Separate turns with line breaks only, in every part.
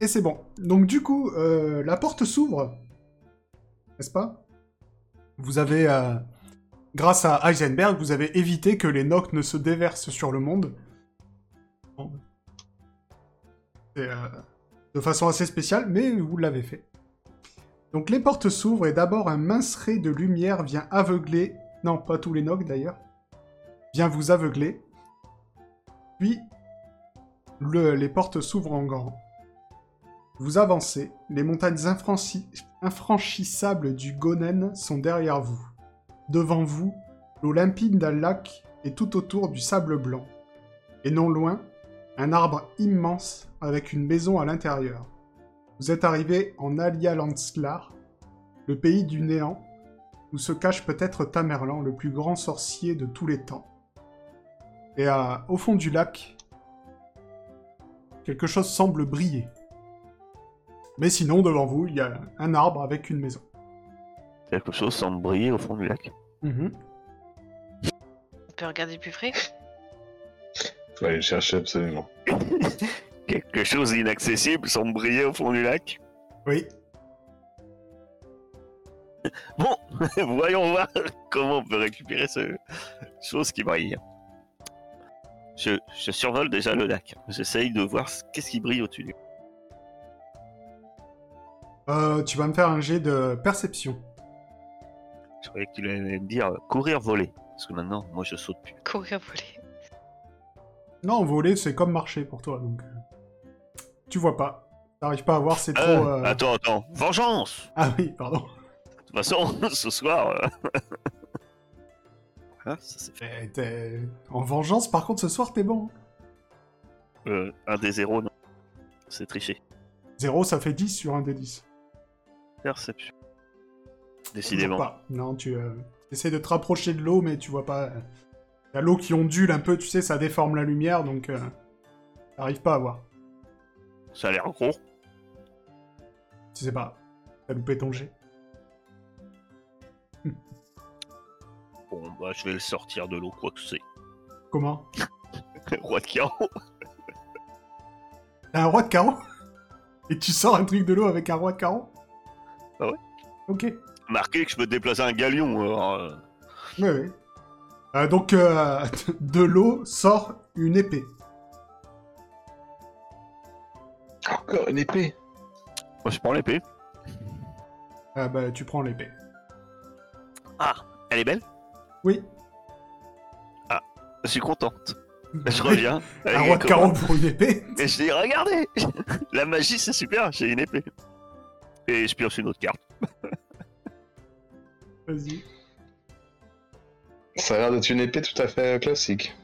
Et c'est bon. Donc du coup, euh, la porte s'ouvre, n'est-ce pas Vous avez, euh, grâce à Heisenberg, vous avez évité que les Nocs ne se déversent sur le monde. Bon. Et, euh, de façon assez spéciale, mais vous l'avez fait. Donc les portes s'ouvrent et d'abord un mince ray de lumière vient aveugler, non pas tous les Nocs d'ailleurs, vient vous aveugler. Puis le- les portes s'ouvrent en grand. Vous avancez, les montagnes infranchi- infranchissables du Gonen sont derrière vous. Devant vous, l'eau limpide d'un lac est tout autour du sable blanc. Et non loin, un arbre immense avec une maison à l'intérieur. Vous êtes arrivé en Alia Landslar, le pays du néant, où se cache peut-être Tamerlan, le plus grand sorcier de tous les temps. Et à- au fond du lac, quelque chose semble briller. Mais sinon, devant vous, il y a un arbre avec une maison.
Quelque chose semble briller au fond du lac. Mhm.
On peut regarder plus près
Faut aller le chercher absolument.
Quelque chose d'inaccessible semble briller au fond du lac.
Oui.
Bon, voyons voir comment on peut récupérer ce chose qui brille. Je, je survole déjà le lac. J'essaye de voir ce- qu'est-ce qui brille au-dessus du
Euh, tu vas me faire un jet de perception.
Je croyais que tu allais me dire euh, courir, voler. Parce que maintenant, moi, je saute plus.
Courir voler.
Non, voler, c'est comme marcher pour toi, donc. euh, Tu vois pas. T'arrives pas à voir, c'est trop.
Euh,
euh,
Attends, attends. Vengeance
Ah oui, pardon.
De toute façon, ce soir... euh, voilà, ça c'est fait.
Eh, t'es- En vengeance, par contre, ce soir, t'es bon.
Euh, un des zéros, non. C'est triché.
0, ça fait 10 sur un des 10.
Perception.
Toujours
Décidément.
pas. Non, tu euh, essaies de te rapprocher de l'eau, mais tu vois pas. euh, y a l'eau qui ondule un peu, tu sais, ça déforme la lumière, donc euh, t'arrives pas à voir.
Ça a l'air gros.
Tu sais pas. T'as loupé ton jet.
Bon, bah, je vais le sortir de l'eau, quoi que c'est.
Comment
Roi de carreau.
T'as un roi de carreau Et tu sors un truc de l'eau avec un roi de carreau
Ah ouais
Ok. Ouais,
Marquez que je peux déplacer un galion. alors, euh,
ouais. Euh, donc, euh, de l'eau sort une épée.
Encore une épée
Moi, je prends l'épée.
Ah bah, tu prends l'épée.
Ah, elle est belle
Oui.
Je suis contente. Bah, Je reviens.
un
avec
roi de
les
carreau
copains.
pour une épée
Et je dis, regardez La magie, c'est super, j'ai une épée. Et je pioche une autre carte.
Vas-y.
Ça a l'air d'être une épée tout à fait euh, classique.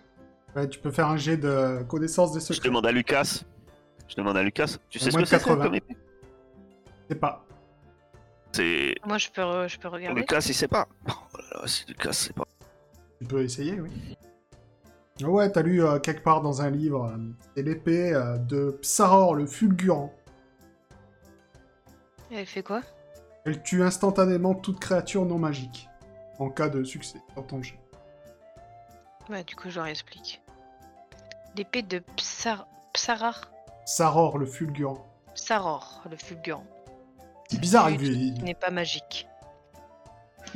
Ouais, Bah, tu peux faire un jet de connaissance des
Je
secrets.
demande à Lucas. Je demande à Lucas. Tu sais ce
moins
que
de
c'est ça,
80.
comme épée
Je sais pas.
C'est.
Moi, je peux, re- je peux regarder.
Lucas, il sait pas. Oh là là, c'est Lucas, c'est pas.
Tu peux essayer, oui. Ah Ouais, t'as lu euh, quelque part dans un livre. euh, C'est l'épée euh, de Psaror le Fulgurant.
Elle fait quoi
Elle tue instantanément toute créature non magique. En cas de succès sur ton jet.
Bah, du coup, je leur explique. L'épée de Psar... Psarar...
Saror le Fulgurant.
Psaror, le fulgurant,
C'est bizarre,
Oui,
il- il-
qui n'est pas magique.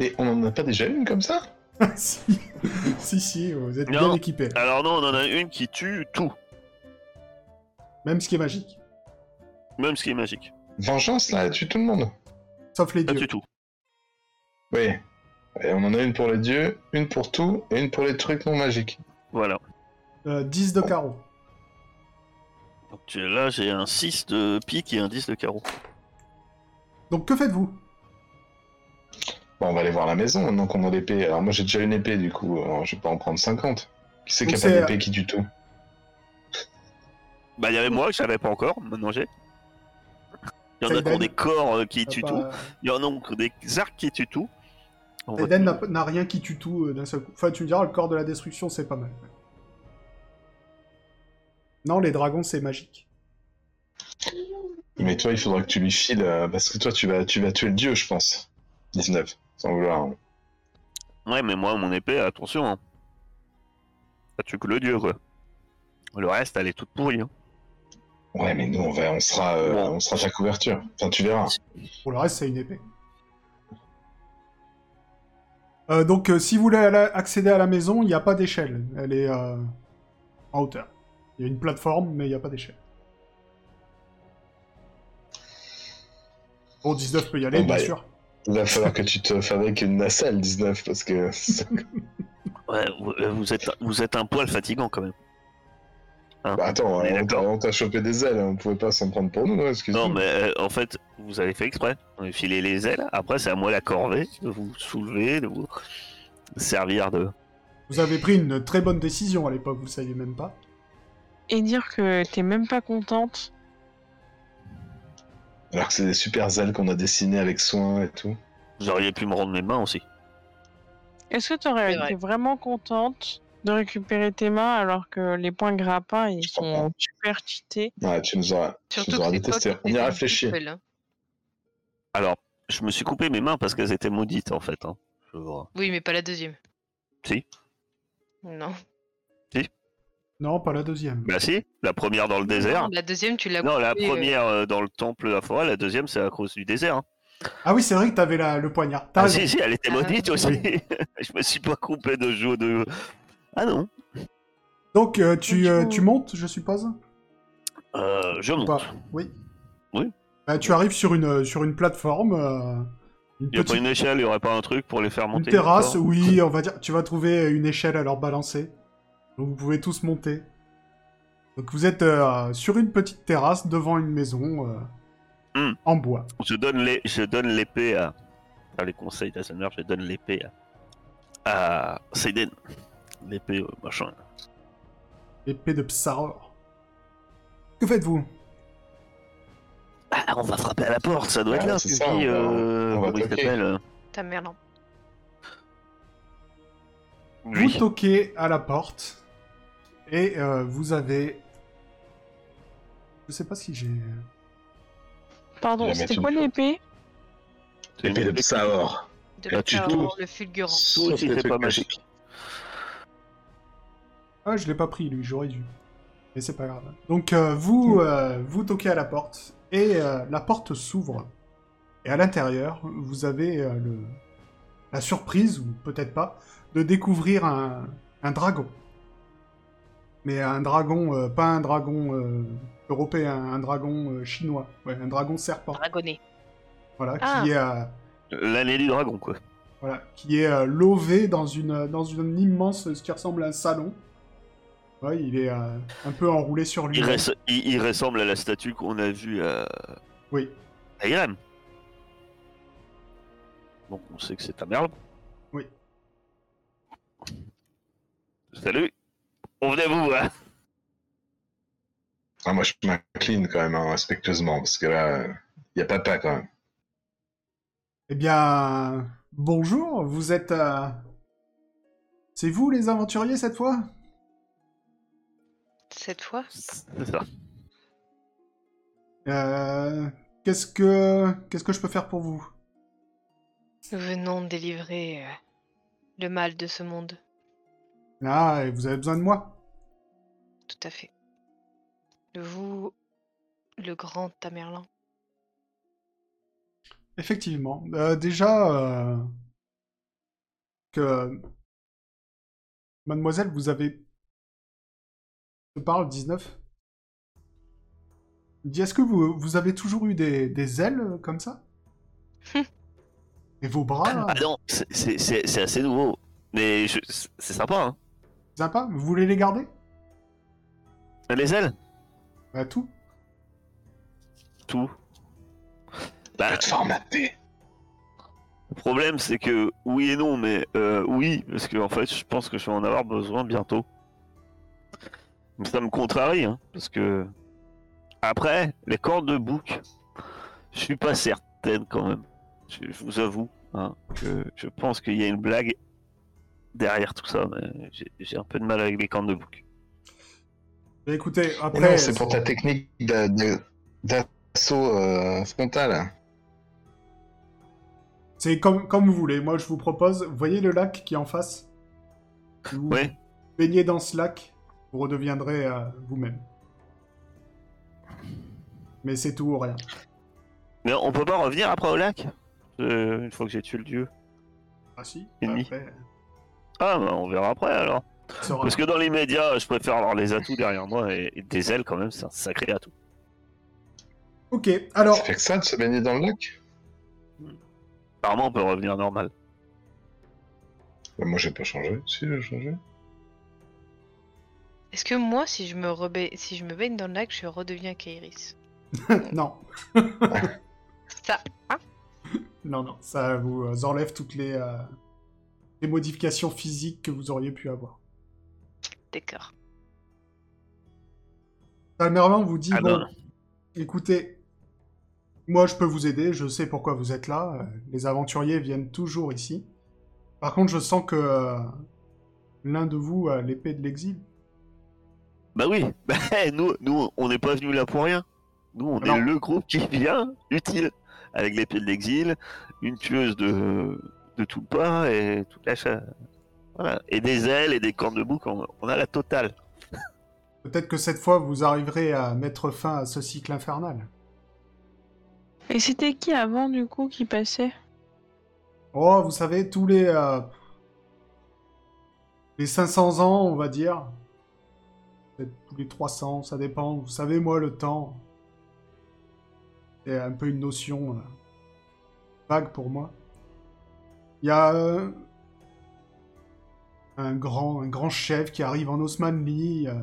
Mais on en a pas déjà une comme ça
si. si, si, vous êtes bien
Non.
équipés.
Alors non, on en a une qui tue tout,
Même ce qui est magique.
même ce qui est magique.
Vengeance là, elle tue tout le monde.
Sauf les
Ça
dieux.
tue tout.
Oui. Et on en a une pour les dieux, une pour tout et une pour les trucs non magiques.
Voilà.
Euh, 10 de carreau.
Donc tu- là, j'ai un 6 de pique et un 10 de carreau.
Donc que faites-vous
Bon, on va aller voir la maison maintenant qu'on a l'épée. Alors moi j'ai déjà une épée du coup, alors je vais pas en prendre 50. Qui c'est qui a
Donc,
pas
c'est-
d'épée qui tue tout
Bah, il y avait moi que je savais pas encore, maintenant j'ai. Il y en a
Seiden.
qui ont des corps euh, qui
T'as
tuent
pas-
tout. Il y en a qui ont des arcs qui tuent tout. On va-
Eden n'a- n'a rien qui tue tout euh, d'un seul coup. Enfin, tu me diras, le corps de la destruction, c'est pas mal. Non, les dragons, c'est magique.
Mais toi il faudra que tu lui files, euh, parce que toi tu vas, tu vas tuer le dieu je pense. 19, sans vouloir. hein.
Ouais, mais moi, mon épée, attention. hein. Ça tue que le dieu, quoi. Le reste, elle est toute pourrie. hein.
Ouais, mais nous, on, va, on, sera, euh,
Ouais.
on sera à ta couverture. Enfin, tu verras.
Pour le reste, c'est une épée. Euh, donc, euh, si vous voulez aller- accéder à la maison, il n'y a pas d'échelle. Elle est euh, en hauteur. Il y a une plateforme, mais il n'y a pas d'échelle. Bon, 19 peut y aller,
Bon,
bien
bah,
sûr.
Il va falloir que tu te fabriques une nacelle 19 parce que.
Ouais, vous, euh, vous êtes, vous êtes un poil fatigant quand même.
Bah, attends,
On est
on t'a-
d'accord.
on t'a chopé des ailes, hein. on pouvait pas s'en prendre pour nous, hein,
Non,
excuse-moi.
mais euh, en fait, vous avez fait exprès. Vous avez filé les ailes. Après, c'est à moi la corvée de vous soulever, de vous servir de.
Vous avez pris une très bonne décision à l'époque, vous ne saviez même pas.
Et dire que t'es même pas contente.
Alors que c'est des super ailes qu'on a dessinées avec soin et tout.
Vous auriez pu me rendre mes mains aussi.
Est-ce que
C'est
t'aurais
vrai.
été vraiment contente de récupérer tes mains alors que les points grappins ils sont
comprends.
super cheatés
Ouais, tu nous auras, tu
Surtout
nous
que
auras
c'est toi
détesté.
qui
On y
faisais le
réfléchit.
people, hein.
Alors, je me suis coupé mes mains parce qu'elles étaient maudites en fait. hein. Je vois.
Oui, mais pas la deuxième.
Si.
Non.
Non, pas la deuxième.
Bah si, la première dans le désert.
Non, La deuxième, tu l'as.
Non, la
coupée, euh,
première euh, dans le temple à la forêt, la deuxième c'est à cause du désert. hein.
Ah oui, c'est vrai que t'avais la- le poignard. T'as
Ah
raison.
si, si, elle était
Ah.
maudite aussi. je me suis pas coupé de joue de. Ah non,
Donc, euh, tu,
Donc,
euh,
faut-
tu montes, je suppose
Euh, je monte.
Pas. Oui.
Oui.
Bah, tu arrives sur une, sur une plateforme, euh, une
Il n'y a
petite
pas une échelle, il n'y aurait pas un truc pour les faire
Une
monter.
terrasse,
d'accord
oui, on va dire. Tu vas trouver une échelle à leur balancer. Donc vous pouvez tous monter. Donc vous êtes euh, sur une petite terrasse devant une maison euh,
Hmm.
en bois.
Je donne les, je donne l'épée à, dans les conseils d'Assenmer, je donne l'épée à, à Seiden. L'épée euh, machin.
Épée de Psaror. Que faites-vous
Ah, on va frapper à la porte, ça doit être
Ah,
là.
c'est
tu
ça,
dis,
on va-
euh,
on va
comment il
toquer.
s'appelle euh,
Ta mère, non.
lui.
Vous toquez à la porte et euh, vous avez. Je sais pas si j'ai.
Pardon,
Jamais
c'était
tu
quoi
me fais.
l'épée
C'est une
Épée de
épée qui-
Psaor.
De
Bah,
tu
Psar,
tours.
le fulgurant.
Tout aussi,
Sauf les
c'est
trucs
pas
magiques.
magique.
Ah, je l'ai pas pris lui, j'aurais dû. Mais c'est pas grave. Donc euh, vous, euh, vous toquez à la porte et euh, la porte s'ouvre. Et à l'intérieur, vous avez euh, le... la surprise, ou peut-être pas, de découvrir un, un dragon. Mais un dragon, euh, pas un dragon euh, européen, un dragon euh, chinois, ouais, un dragon serpent.
Dragonné.
Voilà,
Ah.
qui est, euh,
L'année du dragon, quoi.
voilà, qui est euh, lové dans une, euh, dans une immense, ce qui ressemble à un salon. Ouais, il est euh, un peu enroulé sur lui.
Il, res- il- il ressemble à la statue qu'on a vue à,
Oui,
à Irem. Donc on sait que c'est ta merde.
Oui.
Salut. On venait vous hein. voir.
Ah, moi, je m'incline quand même hein, respectueusement parce que là, il y a papa quand même.
Eh bien, bonjour, vous êtes... euh, C'est vous les aventuriers cette fois
Cette fois,
C'est ça.
Euh, Qu'est-ce que... Qu'est-ce que je peux faire pour vous
nous venons de délivrer euh, le mal de ce monde.
Ah, et vous avez besoin de moi
Tout à fait. Vous, le grand Tamerlan.
Effectivement. Euh, déjà, euh, que... Mademoiselle, vous avez... Je parle 19 Il dit, est-ce que vous, vous avez toujours eu des, des ailes euh, comme ça Et vos bras euh,
Ah non, c'est- c'est c'est- c'est assez nouveau. Mais je- c'est c'est sympa, hein.
Sympa, vous voulez les garder
Les ailes
Bah tout.
Tout. Bah,
Pas de formaté.
le problème, c'est que oui et non, mais euh, oui, parce que en fait, je pense que je vais en avoir besoin bientôt. Mais ça me contrarie, hein, parce que. Après, les cordes de bouc, je suis pas certaine quand même. Je, je vous avoue hein, que je pense qu'il y a une blague derrière tout ça, mais j'ai- j'ai un peu de mal avec les cordes de bouc.
Bah, écoutez,
Mais
après... euh,
non, c'est pour ta technique d'a- de- d'assaut euh, frontal.
c'est comme, comme vous voulez. Moi, je vous propose... Vous voyez le lac qui est en face Vous
Ouais.
baignez dans ce lac, vous redeviendrez euh, vous-même. Mais c'est tout ou rien.
Mais on peut pas revenir après au lac Euh, Une fois que j'ai tué le dieu.
Ah si,
Ennemi.
après,
Ah, bah, on verra après alors.
ça sera-
Parce que dans les médias, je préfère avoir les atouts derrière moi et, et des ailes quand même, c'est un sacré atout.
Ok, alors,
Ça fait que ça de se baigner dans le lac
Apparemment, on peut revenir normal.
Bah, Moi, j'ai pas changé. Si, j'ai changé.
Est-ce que moi, si je, me reba- si je me baigne dans le lac, je redeviens Kairis
non.
Ça,
Non, non, ça vous euh, enlève toutes les, euh, les modifications physiques que vous auriez pu avoir.
d'accord.
Merlin vous dit,
Ah
bon,
ben.
écoutez, moi je peux vous aider, je sais pourquoi vous êtes là, euh, les aventuriers viennent toujours ici. Par contre, je sens que euh, l'un de vous a l'épée de l'exil.
Bah oui, bah, nous, nous, on n'est pas venus là pour rien. Nous, on
Non.
est le groupe qui vient, utile, avec les pieds de l'exil, une tueuse de, de tout pas et toute la cha- Voilà. Et des ailes et des cornes de bouc, on, on a la totale.
Peut-être que cette fois, vous arriverez à mettre fin à ce cycle infernal.
Et c'était qui avant, du coup, qui passait
Oh, vous savez, tous les... euh, les 500 ans, on va dire. Peut-être tous les 300, ça dépend. Vous savez, moi, le temps... C'est un peu une notion euh, vague pour moi. Il y a euh, un, grand, un grand chef qui arrive en Osmanli, euh,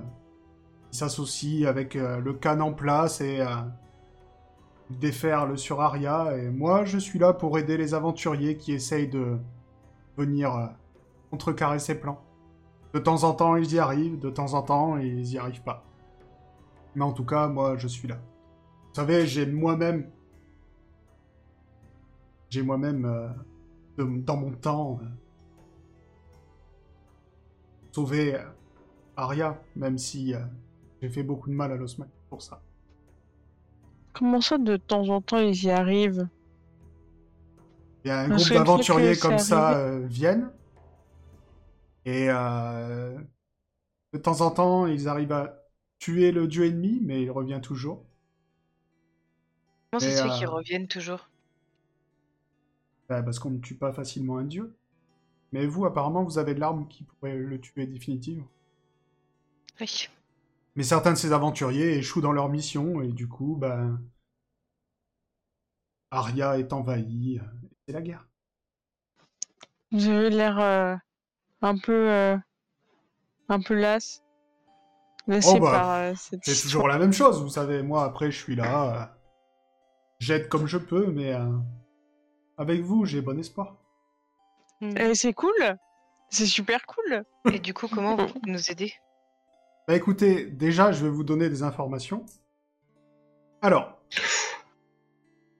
qui s'associe avec euh, le Khan en place et... euh, il déferle sur Aria, et moi je suis là pour aider les aventuriers qui essayent de venir euh, contrecarrer ses plans. De temps en temps ils y arrivent, de temps en temps ils y arrivent pas. Mais en tout cas, moi je suis là. Vous savez, j'ai moi-même. J'ai moi-même, euh, de- dans mon temps, euh, sauvé euh, Aria, même si euh, j'ai fait beaucoup de mal à l'Osman pour ça.
Comment ça, de temps en temps, ils y arrivent
Il y a un
Parce
groupe
que une fois
d'aventuriers
que
comme
c'est
ça euh, viennent. Et euh, de temps en temps, ils arrivent à tuer le dieu ennemi, mais il revient toujours.
Comment ça
Mais,
se fait qu'ils
euh,
reviennent toujours
Bah, parce qu'on ne tue pas facilement un dieu. Mais vous, apparemment, vous avez de l'arme qui pourrait le tuer définitivement.
Oui.
Mais certains de ces aventuriers échouent dans leur mission, et du coup, ben. Arya est envahie, euh, et c'est la guerre.
Vous avez l'air euh, un peu... euh, un peu las. Lassé
Oh bah,
par euh, cette
C'est toujours la même chose, vous savez. Moi, après, je suis là. euh, J'aide comme je peux, mais euh, avec vous, j'ai bon espoir.
Et c'est cool C'est super cool
Et du coup, comment vous pouvez nous aider
Bah écoutez, déjà, je vais vous donner des informations. Alors,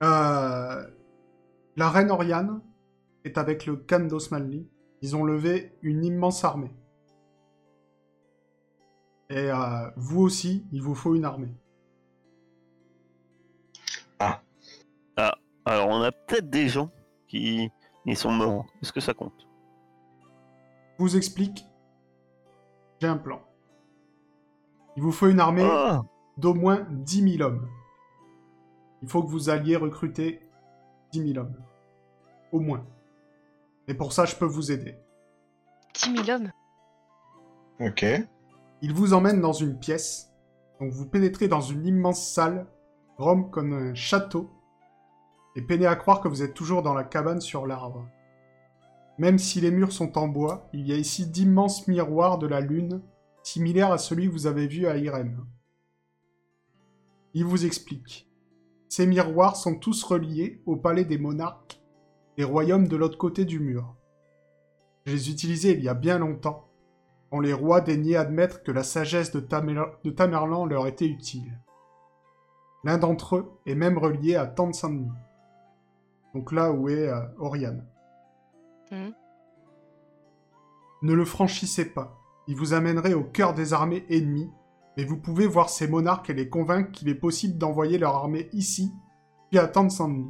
euh, la reine Oriane est avec le Khan d'Osmanli. Ils ont levé une immense armée. Et euh, vous aussi, il vous faut une armée.
Alors, on a peut-être des gens qui ils sont morts. Est-ce que ça compte
Je vous explique. J'ai un plan. Il vous faut une armée.
Ah,
d'au moins 10 000 hommes. Il faut que vous alliez recruter 10 000 hommes. Au moins. Et pour ça, je peux vous aider.
10 000 hommes
Ok.
Il vous emmène dans une pièce. Donc vous pénétrez dans une immense salle, grande comme un château, et peinez à croire que vous êtes toujours dans la cabane sur l'arbre. Même si les murs sont en bois, il y a ici d'immenses miroirs de la lune, similaires à celui que vous avez vu à Irem. Il vous explique. Ces miroirs sont tous reliés au palais des monarques, des royaumes de l'autre côté du mur. Je les utilisais il y a bien longtemps, quand les rois daignaient admettre que la sagesse de, Tamer- de Tamerlan leur était utile. L'un d'entre eux est même relié à Tansanmi, donc là où est euh, Oriane.
Mhm.
Ne le franchissez pas, il vous amènerait au cœur des armées ennemies, mais vous pouvez voir ces monarques et les convaincre qu'il est possible d'envoyer leur armée ici, puis à Tansanmi.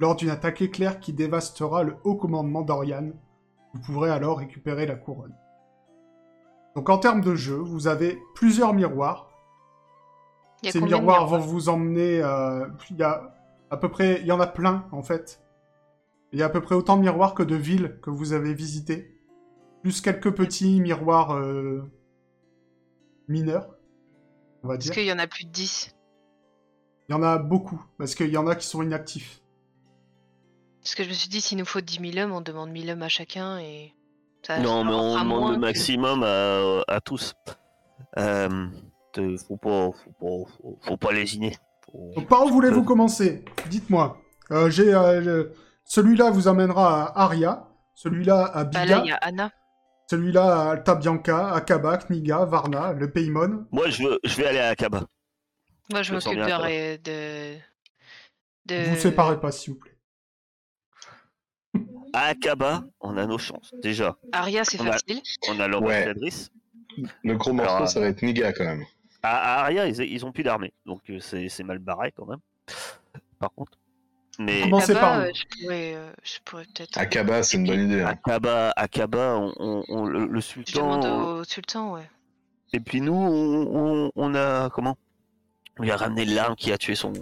Lors d'une attaque éclair qui dévastera le haut commandement d'Oriane, vous pourrez alors récupérer la couronne. Donc en termes de jeu, vous avez plusieurs miroirs
Il y a
Ces
combien de
miroirs vont vous emmener. euh, Il y a à peu près, il y en a plein en fait. Il y a à peu près autant de miroirs que de villes que vous avez visitées, plus quelques petits miroirs euh, mineurs, on va
Parce
dire.
qu'il y en a plus de 10.
Il y en a beaucoup parce qu'il y en a qui sont inactifs.
Parce que je me suis dit, s'il nous faut 10 000 hommes, on demande 1000 hommes à chacun et. Ça
Non, mais on
Euh, à
demande
moins
le
que-
maximum à, à tous. Euh, te- faut, pas, faut, pas, faut, faut pas lésiner. Faut-
Donc par où voulez-vous commencer Dites-moi. Euh, j'ai euh, le- celui-là vous amènera à Aria, celui-là à
Bah
Biga,
là, il y a Anna.
celui-là à Alta Bianca, Akaba, Kniga, Varna, le Paymon.
Moi, je, veux, je vais aller à Akaba.
Moi, je
Je me sens
m'occupe
bien
de,
après.
ré- de... de.
Vous séparez pas s'il vous plaît.
À Akaba, on a nos chances. Déjà,
Aria, c'est
On a-
facile.
on a leur
Ouais.
ambassadrice.
Le gros morceau,
Alors, euh,
ça va être Niga quand même.
À, à Aria, ils, ils ont plus d'armée. Donc, euh, c'est c'est mal barré quand même. Par contre.
Ah
Mais
Comment- Commencez
Là-bas,
par où
euh, je pourrais, euh, je pourrais peut-être.
Ah,
euh,
Akaba, c'est une bonne idée. hein.
Akaba, Akaba, on, on- on- le, le
Je
sultan.
demande
euh,
au sultan, ouais.
Et puis nous, on, on- on a comment On lui a ramené l'arme qui a tué son,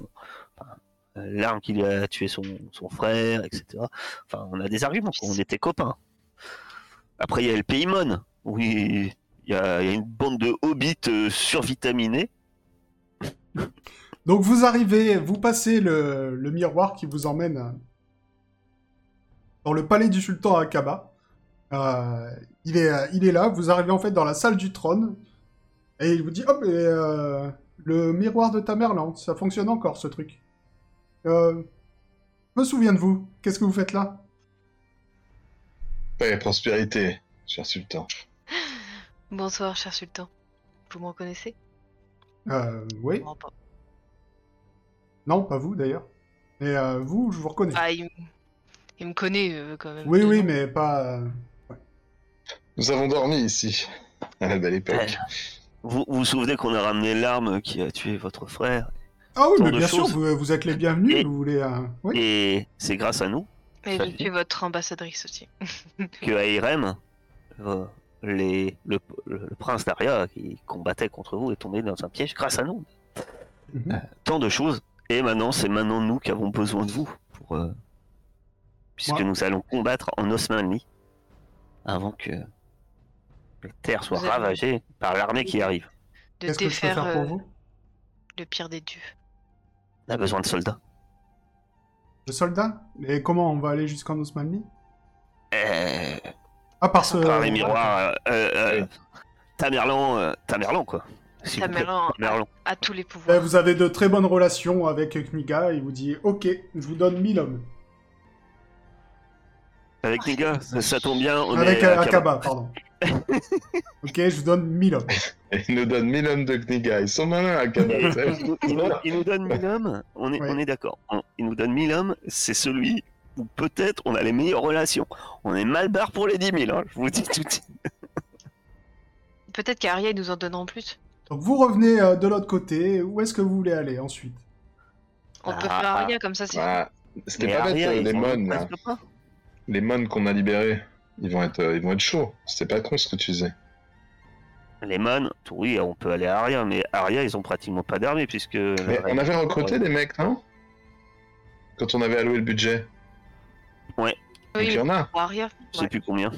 enfin, euh, l'arme qui lui a tué son, son frère, etc. Enfin, on a des arguments. quoi. On était copains. Après, il y a le Paymon. Oui, il y, a il y a une bande de hobbits euh, survitaminés.
Donc vous arrivez, vous passez le, le miroir qui vous emmène euh, dans le palais du sultan à Akaba. Euh, il, est, euh, il est là, vous arrivez en fait dans la salle du trône, et il vous dit, hop, et, euh, le miroir de Tamerlan, ça fonctionne encore ce truc. Euh, je me souviens de vous, qu'est-ce que vous faites là
Paix et prospérité, cher sultan.
Bonsoir, cher sultan. Vous me reconnaissez
euh, Oui,
Non, pas.
non, pas vous d'ailleurs. Mais euh, vous, je vous reconnais.
Ah, il, m- il me connaît euh, quand même.
Oui,
de
oui,
nom.
mais pas... euh,
Nous avons dormi ici, à la belle époque.
Vous vous, vous souvenez qu'on a ramené l'arme qui a tué votre frère
Ah oui,
Tant
mais
de
bien sûr,
choses.
vous, vous êtes les bienvenus,
Et-
vous voulez... euh, oui.
Et c'est grâce à nous
Mais
ça
je
fait.
suis votre ambassadrice aussi.
que Airem, euh, les, le, le- le prince d'Aria qui combattait contre vous est tombé dans un piège grâce à nous. Euh,
Mhm.
tant de choses. Et maintenant, c'est maintenant nous qui avons besoin de vous. Pour, euh, Puisque
Ouais.
nous allons combattre en Osmanli. Avant que les terres soient
Vous avez-
ravagées par l'armée qui arrive.
De
Qu'est-ce que je peux
défaire
faire pour
euh,
vous
le pire des dieux.
On a besoin de soldats.
Le soldat Et comment on va aller jusqu'en Osmanli
Euh,
Ah, par ce...
par les miroirs. euh, euh, euh, Tamerlan, euh, Tamerlan, quoi. S'il vous plaît,
Tamerlan
Tamerlan.
a tous les
Eh,
pouvoirs.
vous avez de très bonnes relations avec Kniga, il vous dit « Ok, je vous donne 1000 hommes.
Avec Niga, ça, ça tombe bien. » On
Avec
est à
euh,
Akaba.
Akaba, pardon. ok, je vous donne 1000 hommes.
Et il nous donne 1000 hommes de Kniga. Ils sont malins, Akaba.
Et-
tu sais.
il, nous- il nous- il nous donne 1000 hommes, on est,
Ouais.
on est d'accord. On- Il nous donne 1000 hommes, c'est celui où peut-être on a les meilleures relations. On est mal barre pour les 10 000, hein, je vous le dis tout de suite.
Peut-être qu'Aria, ils nous en donneront plus.
Donc vous revenez euh, de l'autre côté, où est-ce que vous voulez aller ensuite
On peut
Ah,
faire Aria comme ça, c'est.
Ah, C'était
Mais
pas bête,
Aria,
euh,
ils
les
sont
mônes, là.
presque pas.
Les mônes qu'on a libérés. Ils vont être, euh, ils vont être chauds. C'était pas con ce que tu disais.
Les mônes, tout oui, on peut aller à Aria, mais Aria, ils ont pratiquement pas d'armée puisque.
Mais on avait recruté des mecs, non Quand on avait alloué le budget. Donc il
Oui,
y en a.
pour Aria.
Je
ouais.
sais plus combien. Je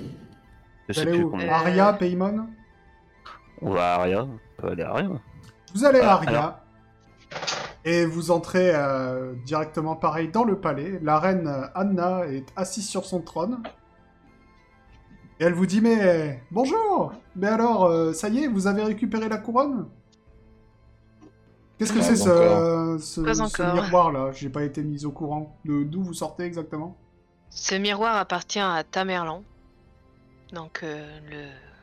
Vous
sais
allez
plus
où
combien.
Aria, Paymon
On va à Aria, on peut aller à Aria.
Vous allez à
Ah,
Aria et vous entrez euh, directement pareil dans le palais. La reine euh, Anna est assise sur son trône. Et elle vous dit mais bonjour Mais alors euh, ça y est, vous avez récupéré la couronne Qu'est-ce que
Pas
c'est ce,
encore.
ce,
Pas
ce
encore.
miroir là J'ai pas été mise au courant de d'où vous sortez exactement.
Ce miroir appartient à Tamerlan. Donc, euh,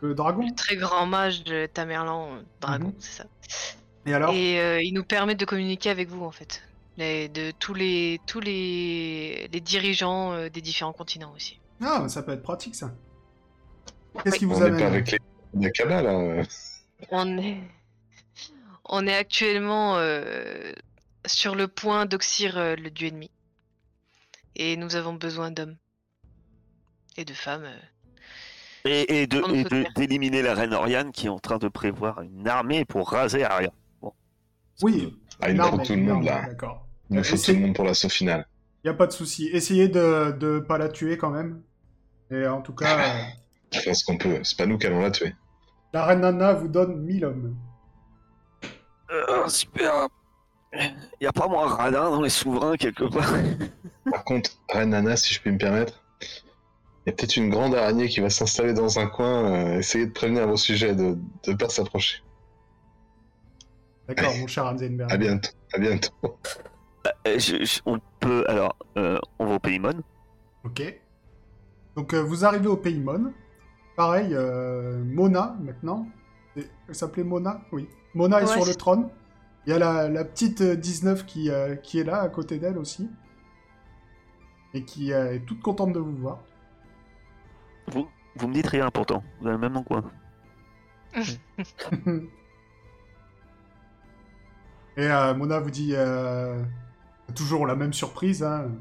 le
Le dragon.
Le très grand mage de Tamerlan, euh, dragon,
Mhm.
c'est ça.
Et alors
Et euh, il nous permet de communiquer avec vous en fait, et de tous les tous les, les dirigeants euh, des différents continents aussi.
Ah, ça peut être pratique ça. Qu'est-ce qui vous
On n'est pas
amène
avec les d'Akaba, là. euh.
On est on est actuellement euh, sur le point d'oxyre euh, le dieu ennemi, et nous avons besoin d'hommes et de femmes. euh.
Et, et de,
On
et
peut
de-
faire.
d'éliminer la reine Oriane qui est en train de prévoir une armée pour raser Aria. Bon,
Oui.
Ah, il nous
Non,
faut
mais-
tout le
non,
monde,
mais
là.
D'accord.
Il nous faut
Essaye-
tout le monde pour l'assaut final.
Y a pas de souci. Essayez de de pas la tuer quand même. Et en tout cas, euh,
Je pense qu'on peut. C'est pas nous qui allons la tuer.
la reine Nana vous donne 1000 hommes.
Euh, super. Y a pas moins radin dans les souverains quelque part
Par contre, Reine Nana, si je puis me permettre, il y a peut-être une grande araignée qui va s'installer dans un coin. euh, essayez de prévenir vos sujets, de ne pas s'approcher.
D'accord, mon cher Hansenberg.
À bientôt. À bientôt.
Euh, je- je- On peut alors, euh, on va au Paymon.
Ok. Donc euh, vous arrivez au Paymon. Pareil, euh, Mona maintenant. C'est- Elle s'appelait Mona Oui. Mona est
Ouais,
sur le
c'est-
trône. Il y a la, la petite euh, 19 qui, euh, qui est là à côté d'elle aussi. Et qui euh, est toute contente de vous voir.
Vous, vous me dites rien pourtant. Vous avez le même nom quoi.
Hmm. Et euh, Mona vous dit euh, toujours la même surprise. Hein.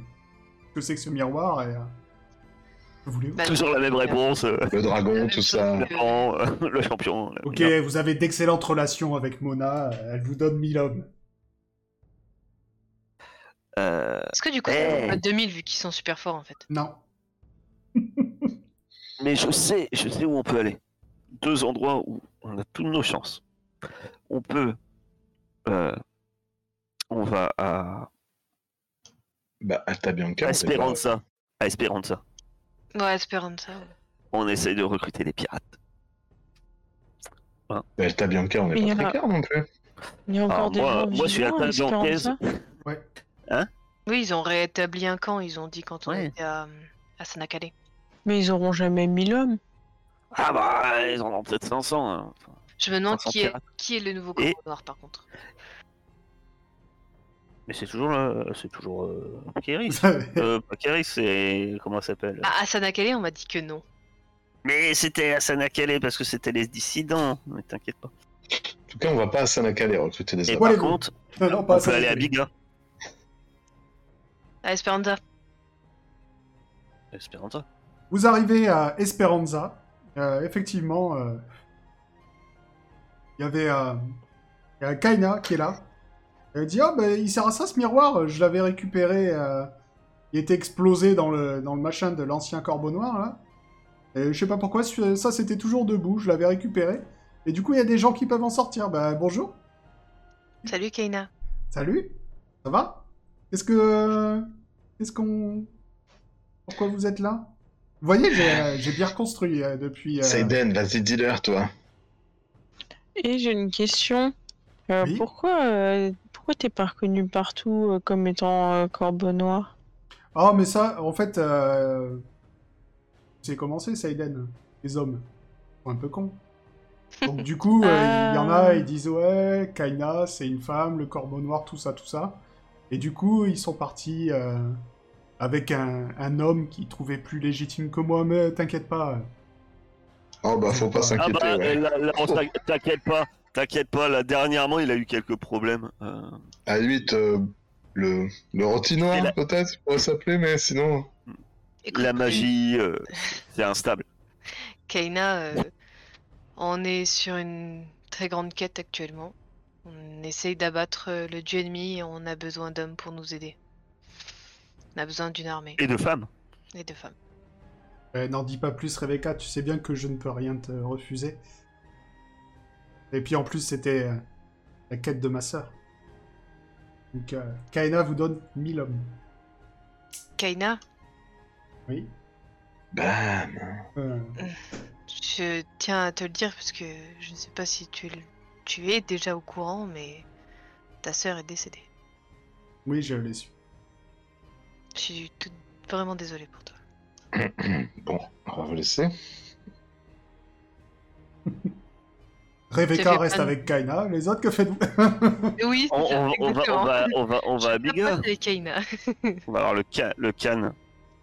Que c'est que ce miroir et, euh, que voulez-vous
Bah,
Toujours la même réponse. euh,
Le dragon, tout ça.
le grand, euh, le champion. la
Ok,
meilleure.
vous avez d'excellentes relations avec Mona. Elle vous donne 1000 hommes.
Euh,
Est-ce que du coup,
Eh.
c'est pas 2000 vu qu'ils sont super forts en fait
Non.
mais je sais, je sais où on peut aller. Deux endroits où on a toutes nos chances. On peut. euh, on va à
Bah, Alta Bianca. on sait pas.
Esperanza. À Esperanza.
Ouais, Esperanza. ouais.
On essaye de recruter des pirates.
Bah, Alta Bianca, on
Mais il y
est
en
pas
a-
très clair non plus.
Il y a encore
Alors,
des
Ah, moi,
gens
moi, je suis la
vivants,
table
espérons
d'enquête.
ça.
Ouais.
Oui, ils ont réétabli un camp, ils ont dit quand on
Ouais.
était à, à Sanakale.
Mais ils auront jamais 1000 hommes.
Ah bah, ils en ont peut-être 500. hein. Enfin,
Je me demande
Enfant
qui est,
pirate.
qui est le nouveau
Et-
commandant noir par contre.
Mais c'est toujours, euh, c'est toujours euh, Kéris.
Vous avez-
Euh, pas Kéris, c'est comment ça s'appelle
Ah, à Sanakale, on m'a dit que non.
Mais c'était à Sanakale parce que c'était les dissidents. Mais t'inquiète pas.
En tout cas, on va pas à Sanakale recruter des
Et
bon,
hommes.
les
par
gars.
contre,
Non, non, pas
on
ça.
peut aller à hein. Biga.
À Esperanza.
Esperanza.
Vous arrivez à Esperanza. Euh, effectivement, euh, il y avait euh, il y a Kaina qui est là. Elle dit Ah, ben il sert à ça ce miroir. Je l'avais récupéré. euh, il était explosé dans le, dans le machin de l'ancien corbeau noir. Là. Et je sais pas pourquoi, ce- ça c'était toujours debout. Je l'avais récupéré. Et du coup, il y a des gens qui peuvent en sortir. Bah, bonjour.
Salut Keina.
Salut. Ça va Qu'est-ce que. Qu'est-ce qu'on. Pourquoi vous êtes là Vous voyez, j'ai, euh, j'ai bien reconstruit euh, depuis. euh,
Seiden, vas-y, dis-leur, toi.
Et j'ai une question. Euh,
Oui.
Pourquoi, euh, pourquoi t'es pas reconnu partout euh, comme étant euh, corbeau noir
Ah, mais ça, en fait. euh, C'est commencé, Saiden. Les hommes. Ils sont un peu cons. Donc, du coup, euh, il y en a, ils disent Ouais, Kaina, c'est une femme, le corbeau noir, tout ça, tout ça. Et du coup, ils sont partis euh, avec un, un homme qui trouvait plus légitime que moi, mais t'inquiète pas.
Oh, bah, faut pas
Ah
s'inquiéter.
bah,
ouais.
euh, là- là, on s'in- t'inquiète pas. T'inquiète pas, là, dernièrement, il a eu quelques problèmes. Euh,
À 8, le, le rôti noir,
Et la-
peut-être, il pourrait s'appeler, mais sinon.
Écoute,
la magie, euh, c'est instable.
Kaina, euh, on est sur une très grande quête actuellement. On essaye d'abattre euh, le dieu ennemi et on a besoin d'hommes pour nous aider. On a besoin d'une armée
Et de femmes.
et de femmes.
Euh, N'en dis pas plus, Rebecca, tu sais bien que je ne peux rien te refuser. Et puis en plus, c'était euh, la quête de ma sœur. Donc, euh, Kaena vous donne 1000 hommes.
Kaina,
Oui.
Bam
Euh,
je tiens à te le dire parce que je ne sais pas si tu, le- tu es déjà au courant, mais ta sœur est décédée.
oui, je l'ai su.
Je suis tout- vraiment désolée pour toi.
Bon, on va vous laisser.
Rebecca
fait
reste
pas de-
avec Kaina. Les autres, que faites-vous
Oui,
On,
c'est ça,
on- on va, on,
exactement.
va, on, va, on va à
Je tape pas
Biga.
des Kaina.
On va avoir le, ca- le can.
Non,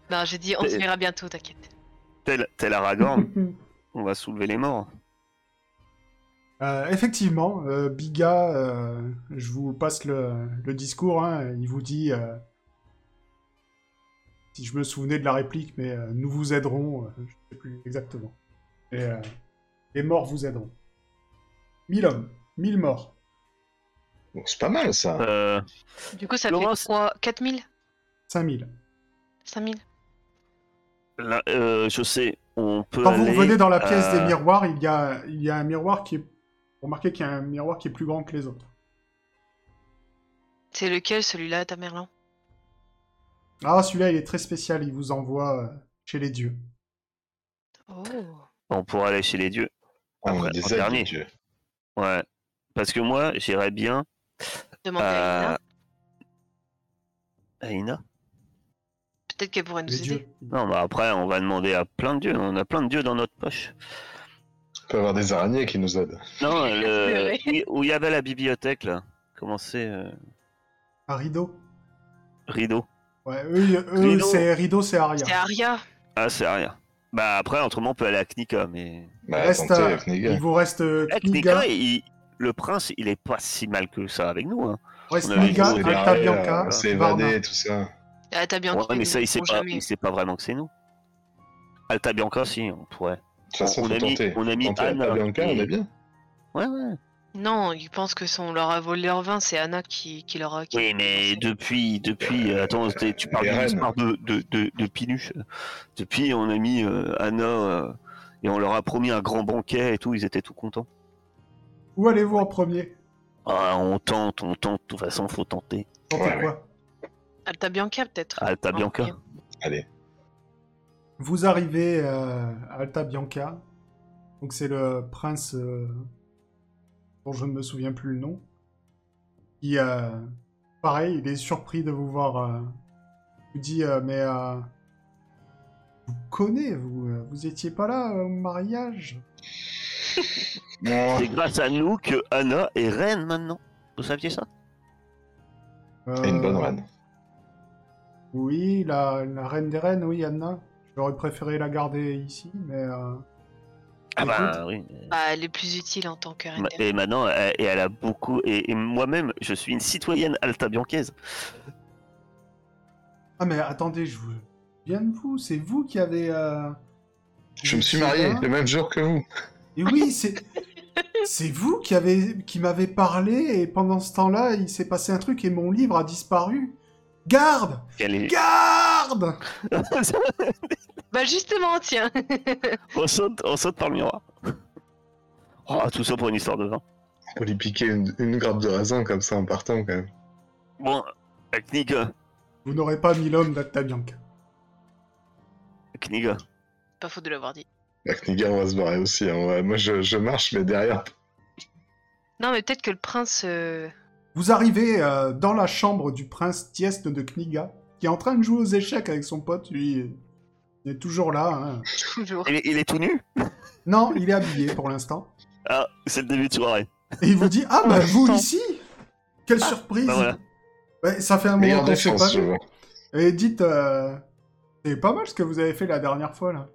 Ben, j'ai dit on se verra bientôt, t'inquiète.
Tel, tel Aragorn, on va soulever les morts.
Euh, effectivement, euh, Biga, euh, je vous passe le, le discours. hein, il vous dit, euh, si je me souvenais de la réplique, mais euh, nous vous aiderons. euh, je ne sais plus exactement. Et, euh, les morts vous aideront. Mille hommes, mille morts.
Bon, c'est pas mal ça.
Euh,
Du coup, ça
Laurence-
fait quoi 4000
5000.
5000
là, euh, je sais, on peut.
Quand vous
aller
revenez dans la pièce
à-
des miroirs, il y a, il y a un miroir qui est. Vous remarquez qu'il y a un miroir qui est plus grand que les autres.
C'est lequel celui-là, ta Merlin
Ah, celui-là, il est très spécial, il vous envoie euh, chez les dieux.
Oh
On pourra aller chez les dieux.
Ah, on a
après,
des
en
ailes,
dernier.
mon Dieu.
Ouais. Parce que moi, j'irais bien
Demandez à
à.
Ina.
À Ina
Peut-être qu'elle pourrait nous
Les
aider.
dieux.
Non, bah après, on va demander à plein de dieux. On a plein de dieux dans notre poche.
On peut avoir des araignées qui nous aident.
Non, euh,
Pleurer.
où- où il y avait la bibliothèque, là. Comment c'est euh,
Un rideau.
Rideau.
Ouais, eux, eux,
Rideau.
c'est rideau, c'est Aria.
C'est Aria.
Ah, c'est rien. Bah après, autrement, on peut aller à Knika, mais...
Bah,
Reste
tentez,
à-
Kniga.
Il vous reste euh,
Eh,
Kniga,
Knika, il- le prince, il est pas si mal que ça avec nous, hein.
reste
on avait
Kniga,
dit,
C'est
c'est
Alta
barré,
Bianca,
euh, C'est
Varna.
évadé, tout ça.
Ah, t'as bien
Ouais,
entendu,
mais
nous
ça,
ne
il sait,
dirons
pas,
jamais.
il sait pas vraiment que c'est nous. Alta Bianca, si, on pourrait.
De toute façon,
On
faut
a mis-
tenter.
on a mis
Tenter la
Anna
Bianca,
et-
on est bien.
Ouais, ouais.
Non, ils pensent que si on leur a volé leur vin, c'est Anna qui, qui leur a. qui-
Oui, mais depuis, depuis,
Euh,
attends, t'es- tu parles
les
d'une
reines.
histoire de, de, de, de Pinuche. Depuis, on a mis euh, Anna euh, et on leur a promis un grand banquet et tout, ils étaient tout contents.
Où allez-vous en premier
Ah, on tente, on tente, de toute façon, faut tenter.
Tentez
Ouais,
quoi
Alta Bianca, peut-être.
Alta
Ah,
Bianca.
ok.
Allez.
Vous arrivez euh, à Alta Bianca. Donc c'est le prince euh, dont je ne me souviens plus le nom. Qui, euh, pareil, il est surpris de vous voir. euh, vous dit euh, mais euh, vous connaissez vous euh, vous étiez pas là euh, au mariage.
Non,
C'est grâce à nous que Anna est reine maintenant. Vous saviez ça
Euh,
et une bonne reine.
Oui, la, la reine des reines, oui Anna. J'aurais préféré la garder ici, mais euh,
Ah
écoute,
bah oui.
Bah, elle est plus utile en tant que reine. des
Et maintenant, elle, et elle a beaucoup. Et, et moi-même, je suis une citoyenne altabiancaise.
ah mais attendez, je vous viens de vous, c'est vous qui avez. euh,
Je me suis
qui-
marié le même jour que vous.
Et oui, c'est c'est vous qui avez qui m'avez parlé et pendant ce temps-là, il s'est passé un truc et mon livre a disparu. Garde,
Quelle est...
garde
Bah justement, tiens.
on, saute, on saute par le miroir. Oh, tout ça pour une histoire de vin.
Faut lui piquer une, une grappe de raisin comme ça en partant quand même.
Bon, Kniga,
Vous n'aurez pas mis l'homme d'Alta Bianca.
Kniga.
Pas faux de l'avoir dit.
La Kniga, on va se barrer aussi. hein. Ouais, Moi, je, je marche, mais derrière.
Non, mais peut-être que le prince. euh,
Vous arrivez euh, dans la chambre du prince Tieste de Kniga, qui est en train de jouer aux échecs avec son pote. Lui, il est toujours là. hein.
Toujours.
Il est, il est tout nu
Non, il est habillé pour l'instant.
Ah, c'est le début de soirée.
Et il vous dit Ah, bah vous
Instant.
ici Quelle surprise
Bah voilà.
Ouais, Ça Ah, fait un moment
Meilleure
qu'on s'est pas
défense, je
vu.
vois.
Et dites euh, C'est pas mal ce que vous avez fait la dernière fois là.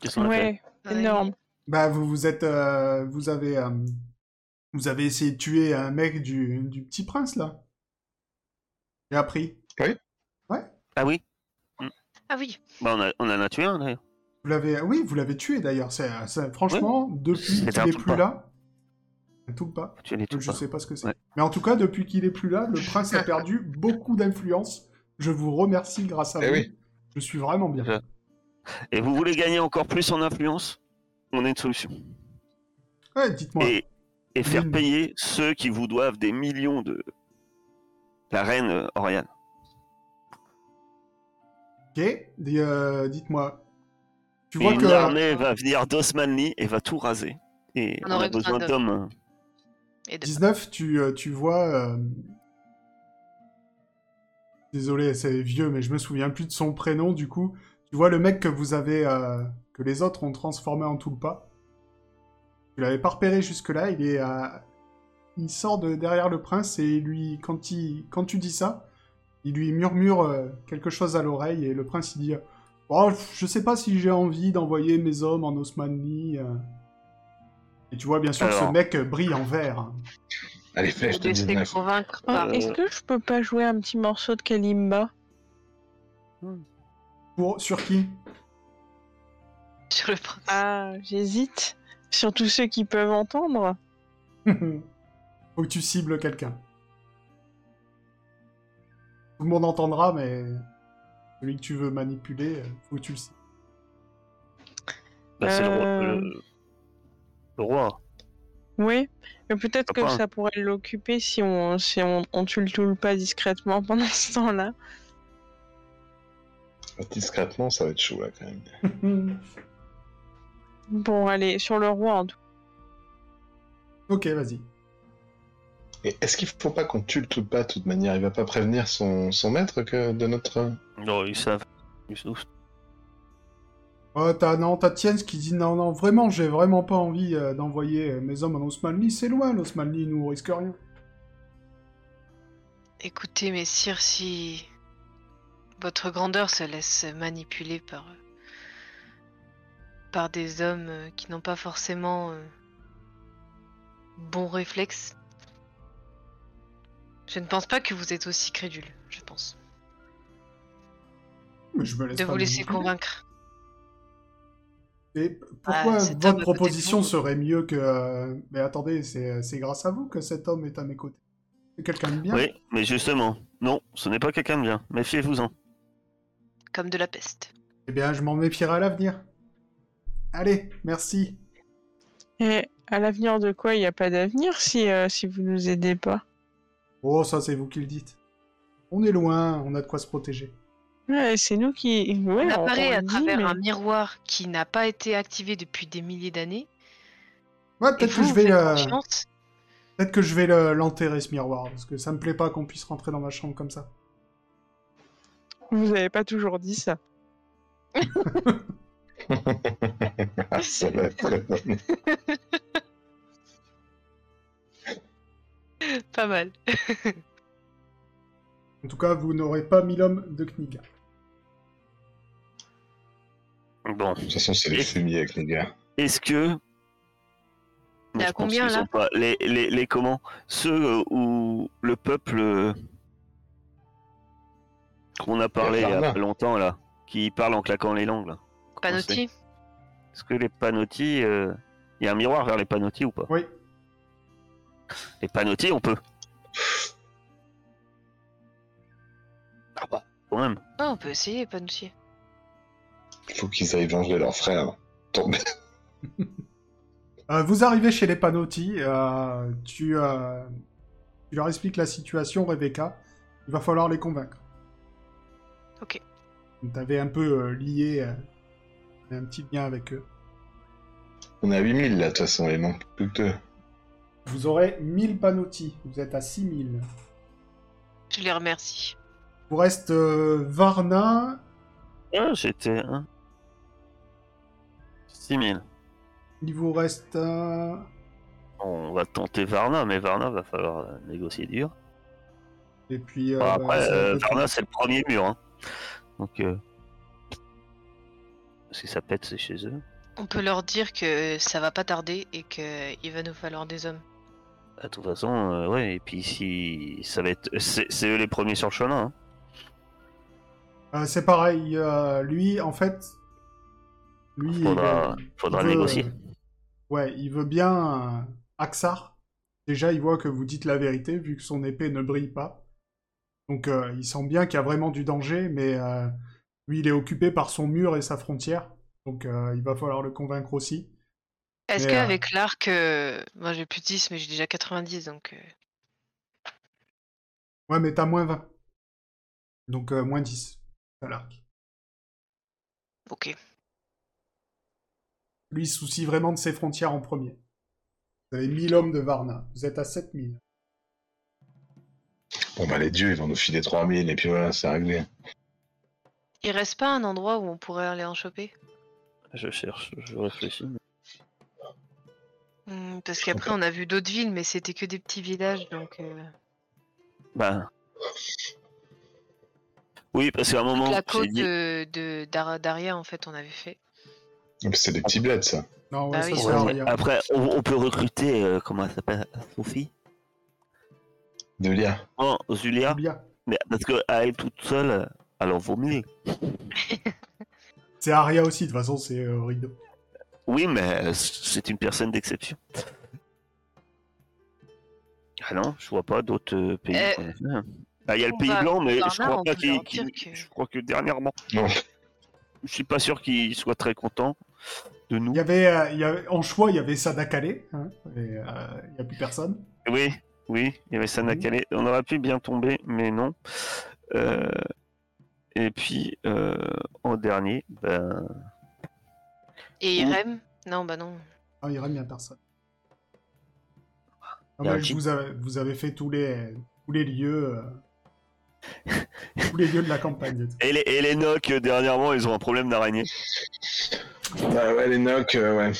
Qu'est-ce qu'on a fait
Ouais, énorme.
Bah, vous vous êtes, euh, vous avez, euh, vous avez essayé de tuer un mec du, du petit prince là. J'ai appris.
Ah oui
Ah oui.
Bah on, a, on en a tué un d'ailleurs.
Vous l'avez, oui, vous l'avez tué d'ailleurs. C'est, euh, c'est- franchement, depuis
C'était un
qu'il est
tout
plus
pas.
là, un tout pas.
Tu les
Je sais pas ce que c'est.
Ouais.
Mais en tout cas, depuis qu'il est plus là, le prince a perdu beaucoup d'influence. Je vous remercie grâce à
Eh
vous.
oui.
Je suis vraiment bien.
Ouais. Et vous voulez gagner encore plus en influence On a une solution.
Ouais, dites-moi.
Et, et faire
Mm.
payer ceux qui vous doivent des millions de. La reine euh, Oriane.
Ok. Dis- euh, dites-moi. Tu
Et
vois
une
que
armée va venir d'Osmanli et va tout raser. Et
On
on, a
aurait
besoin
besoin
d'hommes. hein.
Et de...
19, tu, euh, tu vois. euh, Désolé, c'est vieux, mais je me souviens plus de son prénom du coup. Tu vois le mec que vous avez. euh, que les autres ont transformé en Tulpa. Tu l'avais pas repéré jusque-là, il est. à... il sort de derrière le prince et lui. quand, il, quand tu dis ça, il lui murmure euh, quelque chose à l'oreille et le prince il dit. euh, Oh, je sais pas si j'ai envie d'envoyer mes hommes en Osmanli. euh. Et tu vois bien sûr
Alors.
ce mec euh, brille en vert. hein.
Allez, flèche de
de se
19.
convaincre
Oh,
par.
Euh.
Est-ce que je peux pas jouer un petit morceau de Kalimba
Pour, sur qui
Sur le prince.
Ah, j'hésite. Surtout ceux qui peuvent entendre.
Faut Faut que tu cibles quelqu'un. Tout le monde entendra, mais celui que tu veux manipuler, euh, faut que tu le cibles.
Bah, c'est le roi.
Euh.
Le, le roi.
Oui, mais peut-être que
Sympa.
ça pourrait l'occuper si on si on, on tue le tout pas discrètement pendant ce temps-là.
Discrètement, ça va être chaud là quand même.
Bon, allez, sur le roi en tout.
ok, vas-y.
Et est-ce qu'il faut pas qu'on tue le tout pas de toute manière Il va pas prévenir son, son maître que de notre.
Non, ils savent. Ils savent.
Ouais, Oh, t'as, non, t'as Tiens qui dit non, non, vraiment, j'ai vraiment pas envie euh, d'envoyer euh, mes hommes en Osmanli, c'est loin, l'Osmanli, nous on risque rien.
Écoutez, messire, si votre grandeur se laisse manipuler par, par des hommes euh, qui n'ont pas forcément euh, bon réflexe, je ne pense pas que vous êtes aussi crédule, je pense,
Mais je me laisse
de
pas
vous laisser
manipuler.
convaincre.
Et pourquoi
Ah, cet homme à
votre
côté de
proposition
vous.
serait mieux que. euh, Mais attendez, c'est, c'est grâce à vous que cet homme est à mes côtés. C'est quelqu'un de bien.
Oui, mais justement, non, ce n'est pas quelqu'un de bien. Méfiez-vous-en.
Comme de la peste.
Eh bien, je m'en méfierai à l'avenir. Allez, merci.
Et à l'avenir de quoi il n'y a pas d'avenir si euh, si vous nous aidez pas.
Oh, ça, c'est vous qui le dites. On est loin, on a de quoi se protéger.
Ouais, c'est nous qui. Ouais,
on
on-
apparaît
on
à
dit,
travers
mais-
un miroir qui n'a pas été activé depuis des milliers d'années.
Ouais,
Et
peut-être que
vous,
je vais.
vous faites
euh,
confiance.
Peut-être que je vais le- l'enterrer ce miroir, parce que ça me plaît pas qu'on puisse rentrer dans ma chambre comme ça.
Vous avez pas toujours dit ça.
Ah, ça va être très bon.
Pas mal.
En tout cas, vous n'aurez pas mis l'homme de Knig.
Bon,
De toute façon, c'est les fumiers avec les gars.
est-ce que.
T'es à
je pense
combien,
qu'ils
là
sont pas- les, les, les comment Ceux euh, où le peuple. euh, qu'on a parlé il y a
Bernard.
pas longtemps, là. Qui parle en claquant les langues, là. Comment c'est
Panotti,
Est-ce que les panotis. euh, Il y a un miroir vers les panotis ou pas
Oui.
Les panotis, on peut. Ah bah, quand même.
Ah, on peut essayer, Panotti.
Il faut qu'ils aillent venger leur frère. Tomber.
Euh, vous arrivez chez les Panotti, euh, tu, euh, tu leur expliques la situation, Rebecca. Il va falloir les convaincre.
Ok.
T'avais un peu euh, lié euh, un petit lien avec eux.
On est à 8000 là, de toute façon, il manque plus que deux.
Vous aurez 1000 Panotti, vous êtes à 6000.
Je les remercie.
Vous reste euh, Varna,
Ah, j'étais. Hein 6000.
il vous reste un...
On va tenter Varna, mais Varna va falloir euh, négocier dur.
Et puis... euh,
Bon,
bah,
après,
c'est un
euh,
peu
Varna, c'est le premier mur. Hein. Donc. Euh... Si ça pète, c'est chez eux.
On peut leur dire que ça va pas tarder et que il va nous falloir des hommes.
De toute façon, euh, ouais, et puis si. Ça va être. C'est c'est eux les premiers sur le chemin. Hein.
Euh, c'est pareil, euh, lui, en fait, lui, il,
Faudra,
il
faudra
veut-
négocier.
ouais, il veut bien euh, Axar. Déjà, il voit que vous dites la vérité, vu que son épée ne brille pas. Donc, euh, il sent bien qu'il y a vraiment du danger, mais euh, lui, il est occupé par son mur et sa frontière. Donc, euh, il va falloir le convaincre aussi.
Est-ce
Mais, euh,
qu'avec l'arc, euh, moi j'ai plus 10 mais j'ai déjà 90 donc euh,
Ouais, mais t'as moins 20. Donc, euh, moins 10 à l'arc.
ok.
Lui, il se soucie vraiment de ses frontières en premier. Vous avez 1000 hommes de Varna. Vous êtes à 7000.
Bon, bah, les dieux, ils vont nous filer 3000 et puis voilà, c'est réglé.
Il reste pas un endroit où on pourrait aller en choper
Je cherche, je réfléchis.
Hmm, Parce qu'après on a vu d'autres villes mais c'était que des petits villages donc euh,
Bah. Oui, parce qu'à un moment.
la
j'ai
côte euh,
dit-
de, de Dar- d'Aria en fait on avait fait.
Ah, Mais C'est des petits bleds, ça.
Non, ouais,
Bah
ça
oui,
sert
Ouais,
à
mais
rien.
après, on, on peut recruter, euh, comment elle s'appelle Sophie
De lire.
Non, Zulia.
Bien.
Mais parce que à elle toute seule, alors vaut mille.
C'est Aria aussi, de toute façon, c'est euh, rideau.
Oui, mais euh, c'est une personne d'exception. Ah non, je vois pas d'autres euh, pays.
Euh,
qu'on a fait, hein. Ah, il y a le
on
Pays
va-
Blanc, mais
Bernard,
je crois
on
pas
peut leur
qu'il.
dire
qu'il-
que-
Je crois que dernièrement,
Non.
je suis pas sûr qu'il soit très content de nous.
Il y avait, euh, il y avait- en choix, il y avait Sadakale, hein, et euh, il n'y a plus personne.
Eh Oui, oui, il y avait Sana
Mhm.
Calais. On aurait pu bien tomber, mais non. Euh, Et puis, euh, en dernier, ben,
Et
Ou-
Irem Non, bah non.
Ah, il n'y a personne. Ah,
Il y a
bah,
un
je
qui-
vous, avais- vous avez fait tous les, tous les lieux. euh, tous les lieux de la campagne.
et les, et les Nocs, euh, dernièrement, ils ont un problème d'araignée.
Ah ouais, les Nocs, euh, ouais.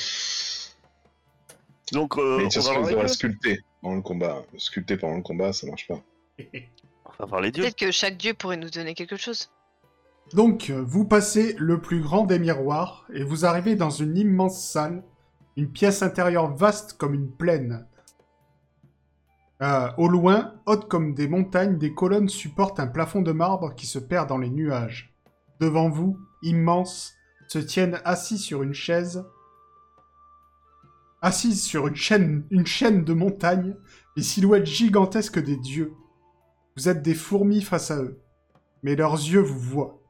Donc, euh,
Mais
on,
de toute
va
façon, ils
parler
devraient
d'eux.
sculpter pendant le combat. Sculpter pendant le combat, ça marche pas.
on va parler d'eux.
Peut-être que chaque dieu pourrait nous donner quelque chose.
Donc, euh, vous passez le plus grand des miroirs et vous arrivez dans une immense salle, une pièce intérieure vaste comme une plaine. Euh, au loin, haute comme des montagnes, des colonnes supportent un plafond de marbre qui se perd dans les nuages. Devant vous, immense, se tiennent assis sur une chaise, assises sur une chaîne, une chaîne de montagnes, les silhouettes gigantesques des dieux. Vous êtes des fourmis face à eux mais leurs yeux vous voient.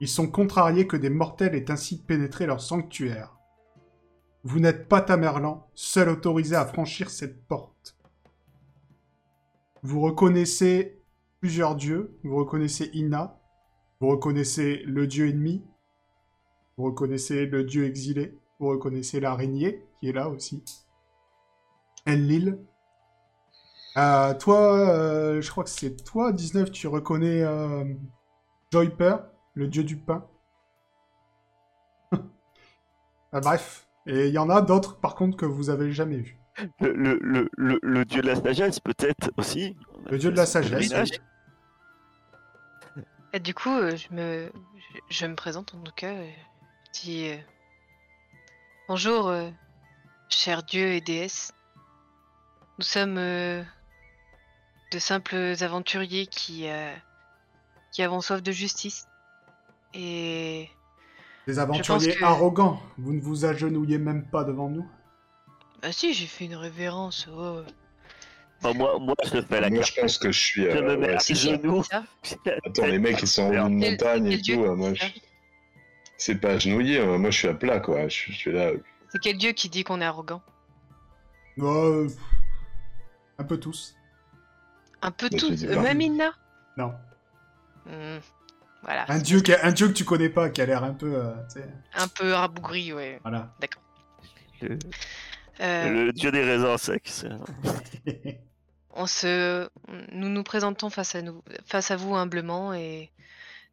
Ils sont contrariés que des mortels aient ainsi pénétré leur sanctuaire. Vous n'êtes pas Tamerlan, seul autorisé à franchir cette porte. Vous reconnaissez plusieurs dieux, vous reconnaissez Ina, vous reconnaissez le dieu ennemi, vous reconnaissez le dieu exilé, vous reconnaissez l'araignée qui est là aussi. Enlil. Euh, toi, euh, je crois que c'est toi, 19, tu reconnais euh, Joyper, le dieu du pain. Euh, bref. Et il y en a d'autres, par contre, que vous avez jamais vus.
Le, le- le- le- le dieu de la sagesse, peut-être aussi. On a
Le dieu
fait
de la
ça au
sagesse.
village.
oui.
Et du coup, euh, je me, je, je me présente en tout cas. euh, Je dis euh, bonjour, euh, cher dieu et déesse. Nous sommes euh, de simples aventuriers qui, euh, qui avons soif de justice. Et
Des aventuriers
que-
arrogants. Vous ne vous agenouillez même pas devant nous.
bah si, j'ai fait une révérence. oh,
Enfin, moi, moi, je fais la
Moi,
carte.
je pense que je suis.
Je
euh,
me
ouais,
mets à
c'est
ses
ça.
genoux.
ça.
Attends, les mecs, ils sont en haut d'une
Quel-
montagne
quel
et
dieu
tout. euh,
qui
moi,
dit ça
je- C'est pas agenouillé, euh, moi, je suis à plat, quoi. Je, je suis là. euh,
C'est quel dieu qui dit qu'on est arrogant
Oh, euh, un peu tous.
Un peu
Bah, je
tous,
dis
euh,
pas.
même Inna.
Non.
Hmm, Voilà,
Un dieu, qui a- un dieu que tu connais pas, qui a l'air un peu... euh, tu sais,
un peu rabougri, ouais.
voilà.
Le,
Euh,
le dieu des raisins secs. c'est-
On se, nous nous présentons face à nous, face à vous humblement et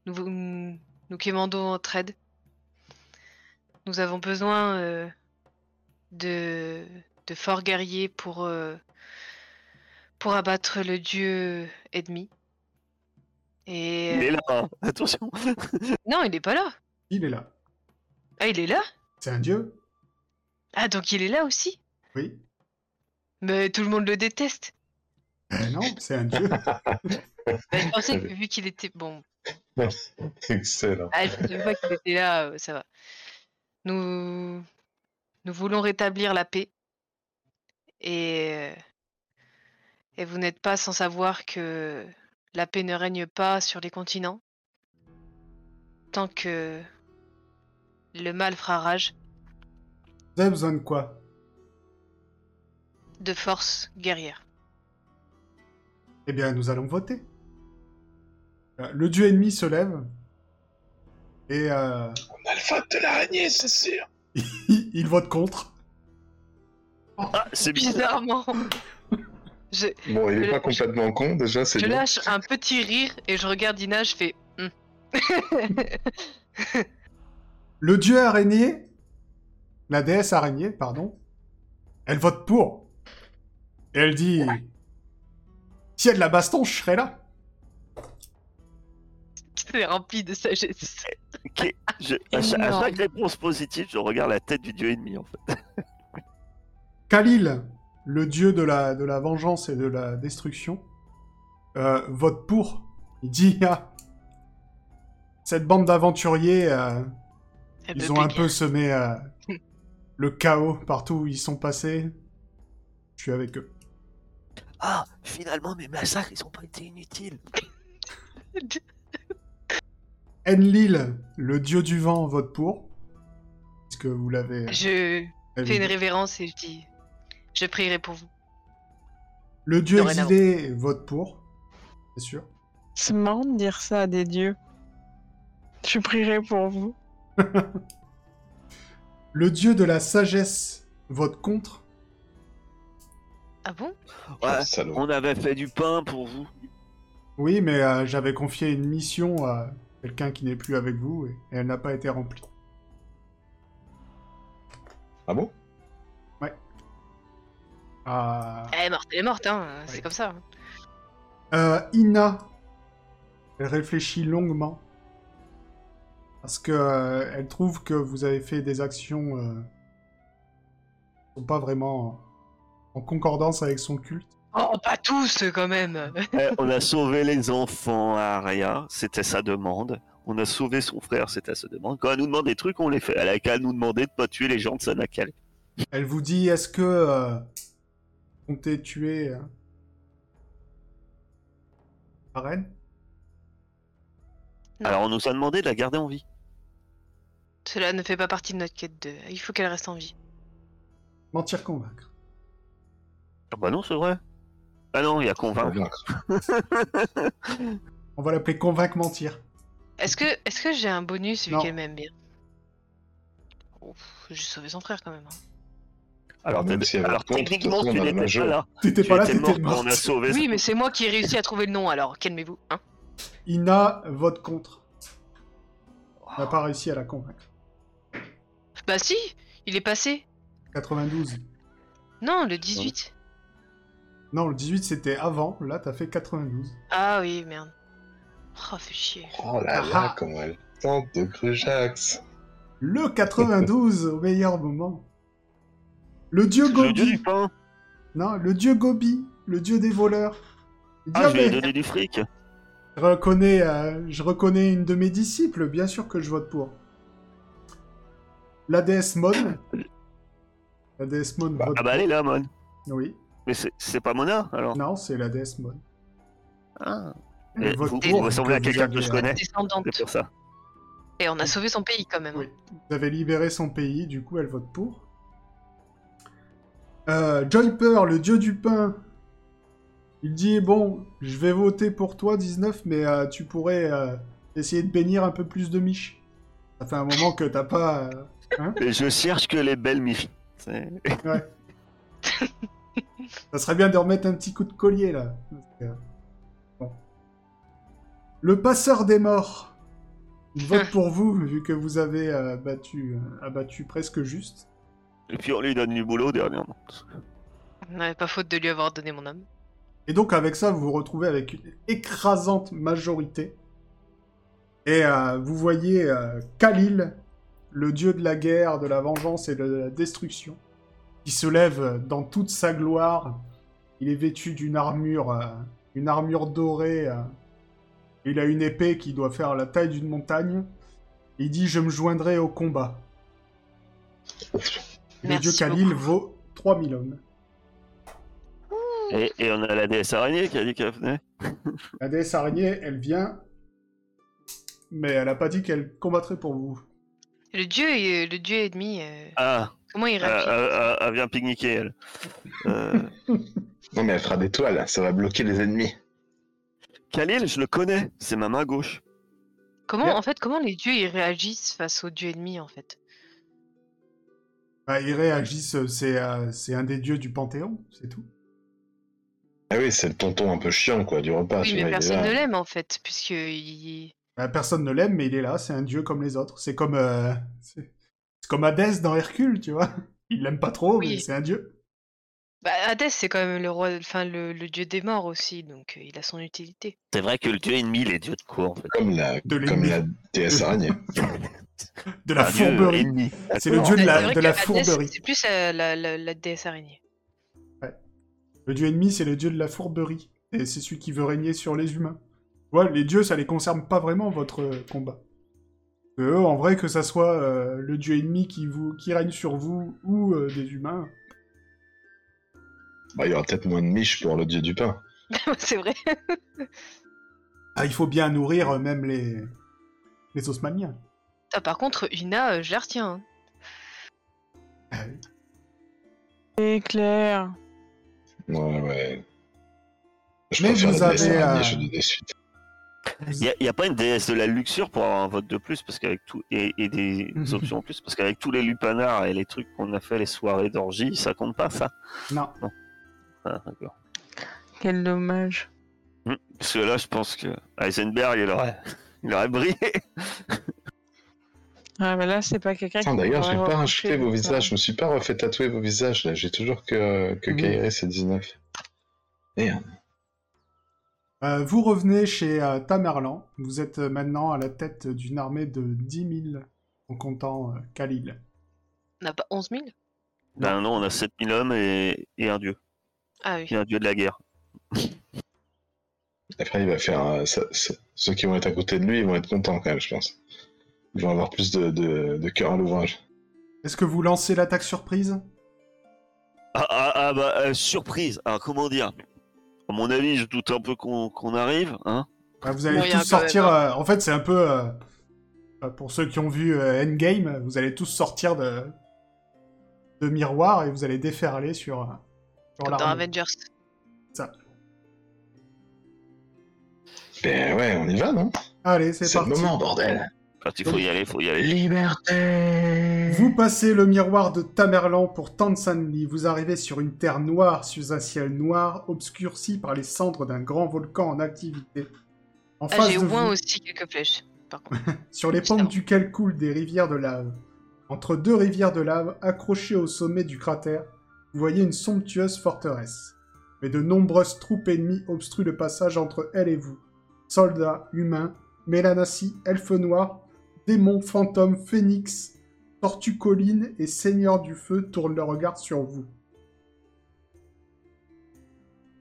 nous vous- nous quémandons votre aide. Nous avons besoin euh, de de forts guerriers pour euh, pour abattre le dieu ennemi. Et euh,
Il est là, hein. attention.
non, il n'est pas là.
il est là.
Ah, il est là.
C'est un dieu
Ah, donc il est là aussi.
Oui.
Mais tout le monde le déteste.
Mais Euh, non, c'est un dieu.
Bah, je pensais que vu qu'il était bon,
Excellent.
Ah, je savais pas qu'il était là, euh, ça va. Nous... Nous voulons rétablir la paix. Et, euh, et vous n'êtes pas sans savoir que la paix ne règne pas sur les continents. Tant que le mal fera rage,
Vous avez besoin de quoi
de force guerrière.
Eh bien, nous allons voter. Euh, Le dieu ennemi se lève et euh,
On a le vote de l'araignée, c'est sûr.
il il vote contre.
Ah, c'est bizarre.
Bizarrement, je,
Bon, il est
Je-
pas complètement con, déjà, c'est
je
bien.
lâche un petit rire et je regarde Ina, je fais. Hum.
Le dieu araignée, la déesse araignée, pardon, elle vote pour. Et elle dit Si y a de la baston, je serai là.
C'est rempli de sagesse.
Ok, je- à, cha- à
Énorme.
chaque réponse positive, je regarde la tête du dieu ennemi en fait.
Khalil, le dieu de la, de la vengeance et de la destruction, euh, vote pour. Il dit Ah, Cette bande d'aventuriers. euh,
Elle
Ils
me
ont un
bégaye.
peu semé euh,
Hmm.
le chaos partout où ils sont passés. Je suis avec eux.
Ah, finalement, mes massacres, ils ont pas été inutiles.
Enlil, le dieu du vent, vote pour. Est-ce que vous l'avez...
Je fais une
validé
révérence et je dis Je prierai pour vous.
Le dieu
Dorénavant.
exilé vote pour. C'est sûr.
C'est marrant de dire ça à des dieux. Je prierai pour vous.
Le dieu de la sagesse vote contre.
Ah bon
Ouais,
Quel salaud.
on avait fait du pain pour vous.
Oui, mais euh, j'avais confié une mission à quelqu'un qui n'est plus avec vous et, et elle n'a pas été remplie.
Ah bon
Ah.
Elle est morte, elle est morte, hein.
Ouais.
C'est comme ça. hein.
Euh, Ina, elle réfléchit longuement parce que euh, elle trouve que vous avez fait des actions euh, qui sont pas vraiment en concordance avec son culte.
Oh, pas tous quand même
Eh, on a sauvé les enfants à Arya, c'était sa demande. On a sauvé son frère, c'était sa demande. Quand elle nous demande des trucs, on les fait. Elle a qu'à nous demander de pas tuer les gens de Sanakal.
Mm.
Elle vous dit est-ce que euh, vous comptez tuer euh, la reine
Non.
Alors on nous a demandé de la garder en vie.
Cela ne fait pas partie de notre quête 2. Il faut qu'elle reste en vie.
Mentir convaincre.
Ah bah non, c'est vrai. Ah non, il y a convaincu.
Convaincre.
On va l'appeler convaincre mentir.
Est-ce que, est-ce que j'ai un bonus vu
Non.
qu'elle m'aime bien Ouf, J'ai sauvé son frère quand même. hein.
Alors,
Même
t'es-
si elle
alors
raconte,
techniquement,
de
tu
toute façon, on a
n'étais
le
pas
jeu.
là.
T'étais pas là,
Tu étais
t'étais
mort,
morte.
On a sauvé.
Oui, mais c'est moi qui ai réussi à trouver le nom alors. Calmez-vous. Hein
Ina vote contre. On n'a pas réussi à la convaincre.
bah si, il est passé.
92.
Non, le 18.
Non, le 18 c'était avant, là t'as fait 92.
Ah oui, merde. Oh, fait chier.
Oh là
Ah.
là, comment elle tente de Grujax
Le 92 au meilleur moment. Le dieu
Le dieu
Gobi.
du pain.
Non, le dieu Gobi, le dieu des voleurs. Il dit,
Ah, je lui ai
mais-
donné du fric.
Je reconnais, euh, je reconnais une de mes disciples, bien sûr que je vote pour. La déesse Mon. La déesse Mon vote.
Ah bah allez là, Mon.
Oui.
Mais c'est- c'est pas Mona, alors.
Non, c'est la déesse Mon.
Ah.
Elle
Eh,
vote
Vous,
pour
vous
que
ressemblez à
vous
quelqu'un que
avez-
je connais.
Descendante.
C'est pour ça.
Et on a sauvé son pays quand même. hein.
Oui. Vous avez libéré son pays, du coup elle vote pour. Euh, Joyper, le dieu du pain. Il dit bon, je vais voter pour toi 19, mais euh, tu pourrais euh, essayer de bénir un peu plus de miches. Ça fait un moment que t'as pas. euh,
Et je cherche que les belles miches. C'est-
Ça serait bien de remettre un petit coup de collier là. Parce que- Bon. Le passeur des morts. Il vote pour vous vu que vous avez euh, battu, euh, abattu presque juste.
Et puis on lui donne du boulot dernièrement.
Ouais, pas faute de lui avoir donné mon âme.
Et donc avec ça, vous vous retrouvez avec une écrasante majorité. Et euh, vous voyez euh, Khalil, le dieu de la guerre, de la vengeance et de la destruction, qui se lève euh, dans toute sa gloire. Il est vêtu d'une armure, euh, une armure dorée. euh. il a une épée qui doit faire la taille d'une montagne. Il dit Je me joindrai au combat. Le
Merci
dieu Khalil
beaucoup.
vaut 3000 hommes.
Et, et on a la déesse araignée qui a dit qu'elle venait.
La déesse araignée, elle vient, mais elle a pas dit qu'elle combattrait pour vous.
Le dieu, est- le dieu ennemi, euh,
Ah,
comment il
euh, euh,
réagit
euh, elle vient pique-niquer, elle. Euh,
Non mais elle fera des toiles, ça va bloquer les ennemis.
Khalil, je le connais. C'est ma main gauche.
Comment,
Bien.
en fait, comment les dieux ils réagissent face au dieu ennemi en fait
Bah, ils réagissent, c'est euh, c'est un des dieux du Panthéon, c'est tout.
Ah oui, c'est le tonton un peu chiant quoi du
Ah,
repas.
Oui,
tu
mais
vois, il est
personne
là.
ne l'aime en fait, puisque il...
Bah, personne ne l'aime, mais il est là, c'est un dieu comme les autres. C'est comme, euh, c'est c'est comme Hadès dans Hercule, tu vois. Il l'aime pas trop, mais
Oui.
c'est un dieu.
Bah, Hadès, c'est quand même le roi, enfin le, le dieu des morts aussi, donc euh, il a son utilité.
C'est vrai que le dieu ennemi, les dieux de quoi en fait
Comme la,
De
comme
l'ennemi,
la déesse araignée.
de la
Un Ah, dieu
fourberie.
ennemi.
C'est le
D'accord.
dieu de
Ouais,
la,
c'est vrai
de
que
la
Hadès,
fourberie.
C'est plus euh, la, la, la déesse araignée.
Le dieu ennemi, c'est le dieu de la fourberie. Et c'est celui qui veut régner sur les humains. Tu vois, les dieux, ça les concerne pas vraiment, votre euh, combat. Euh, eux, en vrai, que ça soit euh, le dieu ennemi qui, vous, qui règne sur vous ou euh, des humains,
Bah, il y aura peut-être moins de miches pour le dieu du pain.
C'est vrai.
Ah, il faut bien nourrir euh, même les, les Osmaniens.
Ah, par contre, Una, euh, je la retiens. hein.
Ah oui.
C'est clair.
Ouais, ouais. Je
Mais
préfère
vous
la déesse
avez,
araignée,
euh,
je dis de suite.
Vous-
Il n'y a, pas une déesse de la luxure pour avoir un vote de plus parce qu'avec tout et, et des
Mhm.
options en plus parce qu'avec tous les lupanards et les trucs qu'on a fait les soirées d'orgie, ça compte pas ça.
Non.
Ah, d'accord.
Quel dommage.
Hmm. Parce que là, je pense que Heisenberg, il aurait, il aurait brillé.
Ah, bah là, c'est pas quelqu'un
Putain, D'ailleurs, j'ai
pourrait
pas
reprocher
rajouté vos
de ça.
visages. Je me suis pas refait tatouer vos visages. là. J'ai toujours que, euh, que
Mhm.
Kairis et 19. Merde.
Euh, vous revenez chez euh, Tamerlan. Vous êtes euh, maintenant à la tête d'une armée de 10 000 en comptant euh, Khalil.
On n'a pas 11 000
Ben non, on a 7000 hommes et, et un dieu.
Ah oui.
Et un dieu de la guerre.
Après, il va faire. euh, ça- ça- ceux qui vont être à côté de lui, ils vont être contents quand même, je pense. Ils vont avoir plus de, de, de cœur à l'ouvrage.
Est-ce que vous lancez l'attaque surprise
Ah, ah, ah, bah, euh, surprise. Alors, comment dire À mon avis, je doute un peu qu'on qu'on arrive. Hein
Bah, Vous allez
Oui, hein,
tous
quand
sortir.
même,
euh, en fait, c'est un peu. euh, euh, pour ceux qui ont vu euh, Endgame, vous allez tous sortir de, de miroir et vous allez déferler sur, euh, sur
Comme dans
l'armée.
Avengers. Ah,
Ben ouais, on y va, non
Allez, c'est
C'est le
parti.
moment, bordel.
Quand il faut y aller, il faut y aller.
Liberté
Vous passez le miroir de Tamerlan pour Tansanli, vous arrivez sur une terre noire sous un ciel noir, obscurci par les cendres d'un grand volcan en activité. En
Ah,
face
j'ai
de
au moins
vous,
aussi quelques flèches. Par contre.
sur les
Justement.
pentes duquel coulent des rivières de lave. Entre deux rivières de lave, accrochées au sommet du cratère, vous voyez une somptueuse forteresse. Mais de nombreuses troupes ennemies obstruent le passage entre elle et vous. Soldats, humains, Mélanassi, elfes noirs, démons, fantômes, phénix, tortues collines et seigneurs du feu tournent leur regard sur vous.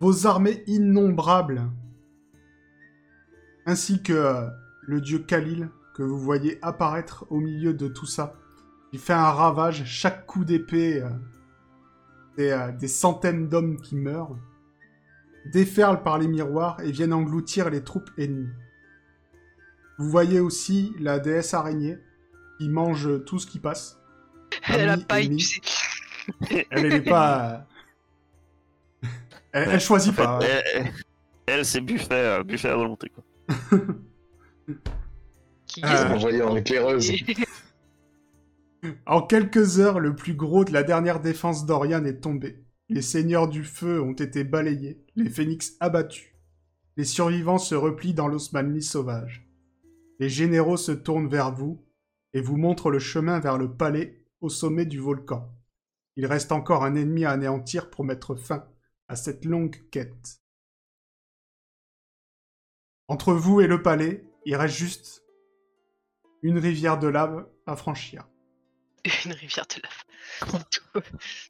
Vos armées innombrables, ainsi que euh, le dieu Khalil que vous voyez apparaître au milieu de tout ça. Il fait un ravage, chaque coup d'épée, euh, des, euh, des centaines d'hommes qui meurent, déferlent par les miroirs et viennent engloutir les troupes ennemies. Vous voyez aussi la déesse araignée qui mange tout ce qui passe.
Elle a
Ami,
paille,
ennemi.
tu sais.
Elle elle est pas. euh, Elle, elle
En
choisit
fait,
pas. hein.
elle, elle- elle, c'est buffet, euh, buffet à volonté. Quoi.
Qui
Ah.
guise.
Envoyé en éclaireuse.
En quelques heures, le plus gros de la dernière défense d'Oriane est tombé. Les seigneurs du feu ont été balayés, les phénix abattus. Les survivants se replient dans l'Osmanli sauvage. Les généraux se tournent vers vous et vous montrent le chemin vers le palais au sommet du volcan. Il reste encore un ennemi à anéantir pour mettre fin à cette longue quête. Entre vous et le palais, il reste juste une rivière de lave à franchir.
Une rivière de lave.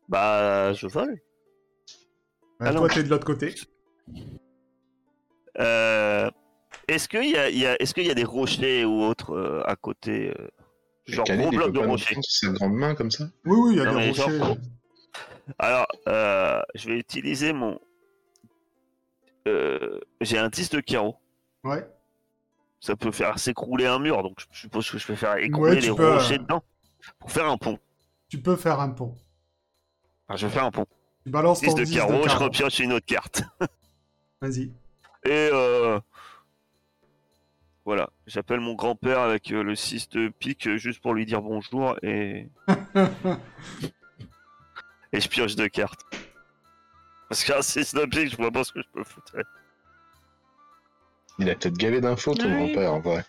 Bah, je vole.
Ouais,
Ah non.
toi, t'es de l'autre côté.
Euh, Est-ce qu'il y a, il y a- est-ce qu'il y a des rochers ou autres euh, à côté euh, Genre
Khalil,
gros
il
bloc
peut
de
pas nous
rochers.
prendre sur sa grande main comme ça
Oui, oui, il y a
Non,
des
mais genre,
rochers.
faut- Alors, euh, je vais utiliser mon. Euh, J'ai un 10 de carreau.
Ouais.
Ça peut faire s'écrouler un mur, donc je suppose que je peux faire
Ouais,
écrouler
tu
les
peux,
rochers
euh,
dedans pour faire un pont.
Tu peux faire un pont.
Enfin, Ah, je vais faire un pont.
Tu balances
10
ton
de
10
carreau,
de
je
carreau.
repioche une autre carte.
Vas-y.
Et euh, voilà, j'appelle mon grand-père avec euh, le 6 de pique euh, juste pour lui dire bonjour et. et je pioche deux cartes. Parce ah, qu'un 6 de pique, je vois pas ce que je peux foutre.
Il a peut-être gavé d'infos, ton
Oui.
grand-père, en vrai.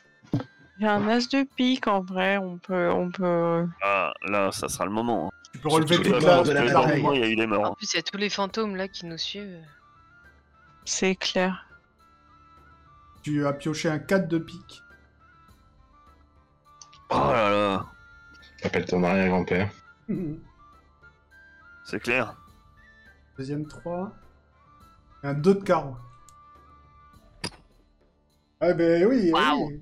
J'ai un as de pique en vrai, on peut. On peut...
Ah, là, ça sera le moment. hein.
Tu peux relever
Surtout
tes
les
classes.
morts de la
tes
Parce que
armes.
bataille.
normalement, il y a eu les
En
morts. hein.
plus, il y a tous les fantômes là qui nous suivent.
C'est clair.
Tu as pioché un 4 de pique.
Oh là là,
Appelle ton arrière-grand-père.
c'est clair.
Deuxième 3. Et un 2 de carreau. Ah ben oui, eh
Waouh.
oui.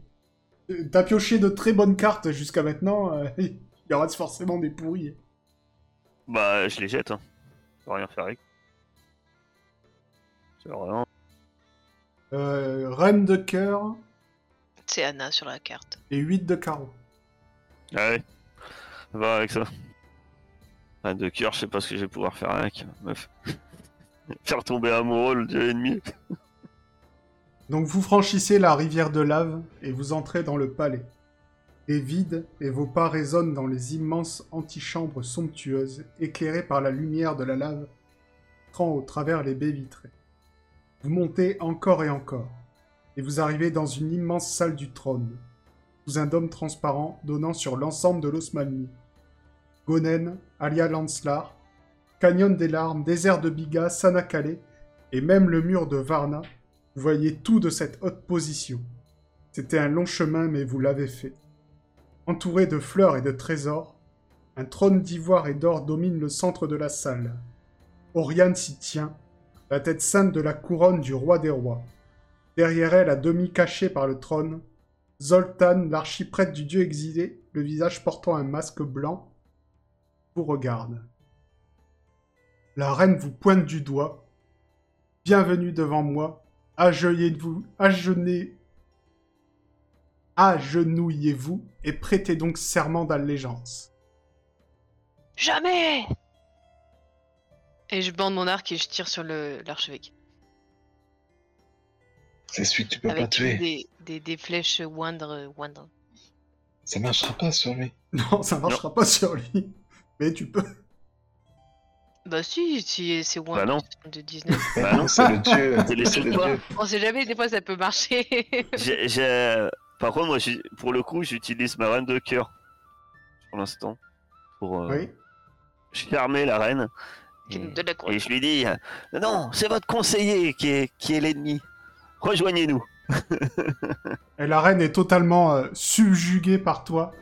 Euh, T'as pioché de très bonnes cartes jusqu'à maintenant. euh, il y aura forcément des pourris.
Bah, je les jette. Hein. Je peux rien faire avec. C'est vraiment-
Euh, reine de cœur
C'est Anna sur la carte.
et 8 de carreau.
Allez, va avec Ah ça. Ah, de cœur, je sais pas ce que je vais pouvoir faire avec, meuf. faire tomber amoureux le dieu ennemi.
Donc vous franchissez la rivière de lave et vous entrez dans le palais. Des vides et vos pas résonnent dans les immenses antichambres somptueuses, éclairées par la lumière de la lave, entrant au travers les baies vitrées. Vous montez encore et encore, et vous arrivez dans une immense salle du trône, sous un dôme transparent donnant sur l'ensemble de l'Osmanli. Gonen, Alia Lancelar, Canyon des Larmes, désert de Biga, Sanakale, et même le mur de Varna vous voyez tout de cette haute position. C'était un long chemin, mais vous l'avez fait. Entouré de fleurs et de trésors, un trône d'ivoire et d'or domine le centre de la salle. Oriane s'y tient, la tête sainte de la couronne du roi des rois. Derrière elle, à demi cachée par le trône, Zoltan, l'archiprêtre du dieu exilé, le visage portant un masque blanc, vous regarde. La reine vous pointe du doigt. Bienvenue devant moi, Agenouillez-vous, agenez- agenouillez-vous et prêtez donc serment d'allégeance.
Jamais Et je bande mon arc et je tire sur le- l'archevêque.
C'est celui que tu peux pas
Avec
tuer.
des, des, des flèches Wandre. Wandre.
Ça marchera pas sur lui.
Non, ça marchera pas sur lui. Mais tu peux.
Bah si, si c'est Wandre
Bah non.
de 19.
Bah non.
C'est le dieu.
C'est les
C'est le
secours.
dieu.
On sait jamais, des fois ça peut marcher.
J'ai- j'ai- Par contre, moi, j'ai- pour le coup, j'utilise ma reine de cœur pour l'instant pour euh,
Oui.
charmer la reine.
Qui nous
Et,
donne la courage.
Mm. et je lui dis euh, non, c'est votre conseiller qui est qui est l'ennemi. Rejoignez-nous.
Et la reine est totalement euh, subjuguée par toi.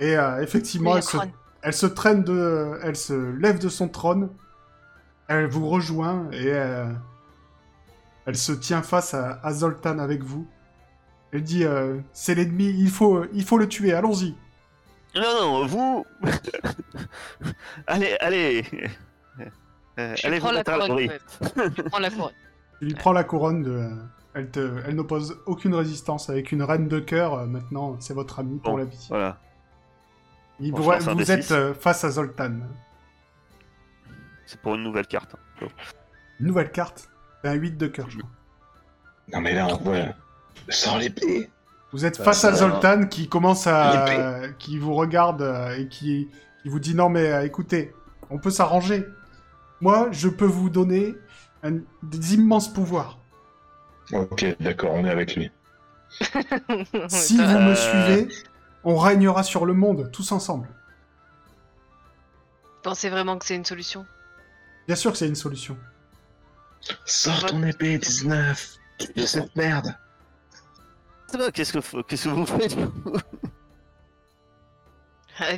Et euh, effectivement,
Mais
elle se,
Akron.
elle se traîne de. euh, Elle se lève de son trône. Elle vous rejoint et euh, elle se tient face à, à Zoltan avec vous. Elle dit euh, C'est l'ennemi, il faut, euh, il faut le tuer, allons-y.
Non, non, vous. allez, allez. Euh,
Je
allez vous
prends la
mettre à
couronne.
l'abri.
ouais. Je prends la couronne.
Tu lui prends la couronne de. Elle, te... elle n'oppose aucune résistance avec une reine de cœur. euh, Maintenant, c'est votre ami pour
Bon,
la vie.
Voilà.
Il
bon,
vous,
je lance un
vous
D6.
êtes euh, face à Zoltan.
C'est pour une nouvelle carte. hein.
Nouvelle carte. C'est un 8 de cœur, je crois.
Non mais là, on voit. Sors l'épée.
Vous êtes
Bah,
face à
ça-
Zoltan qui commence à. qui vous regarde euh, et qui... qui vous dit non, mais euh, écoutez, on peut s'arranger. Moi, je peux vous donner un- des immenses pouvoirs.
Ok, d'accord, on est avec lui.
Si vous
Euh.
me suivez, on régnera sur le monde tous ensemble.
Pensez vraiment que c'est une solution
Bien sûr que c'est une solution.
Sors ton épée, 19. De cette merde.
Ça va, Ah bah, Qu'est-ce que f- qu'est-ce que vous faites
Euh,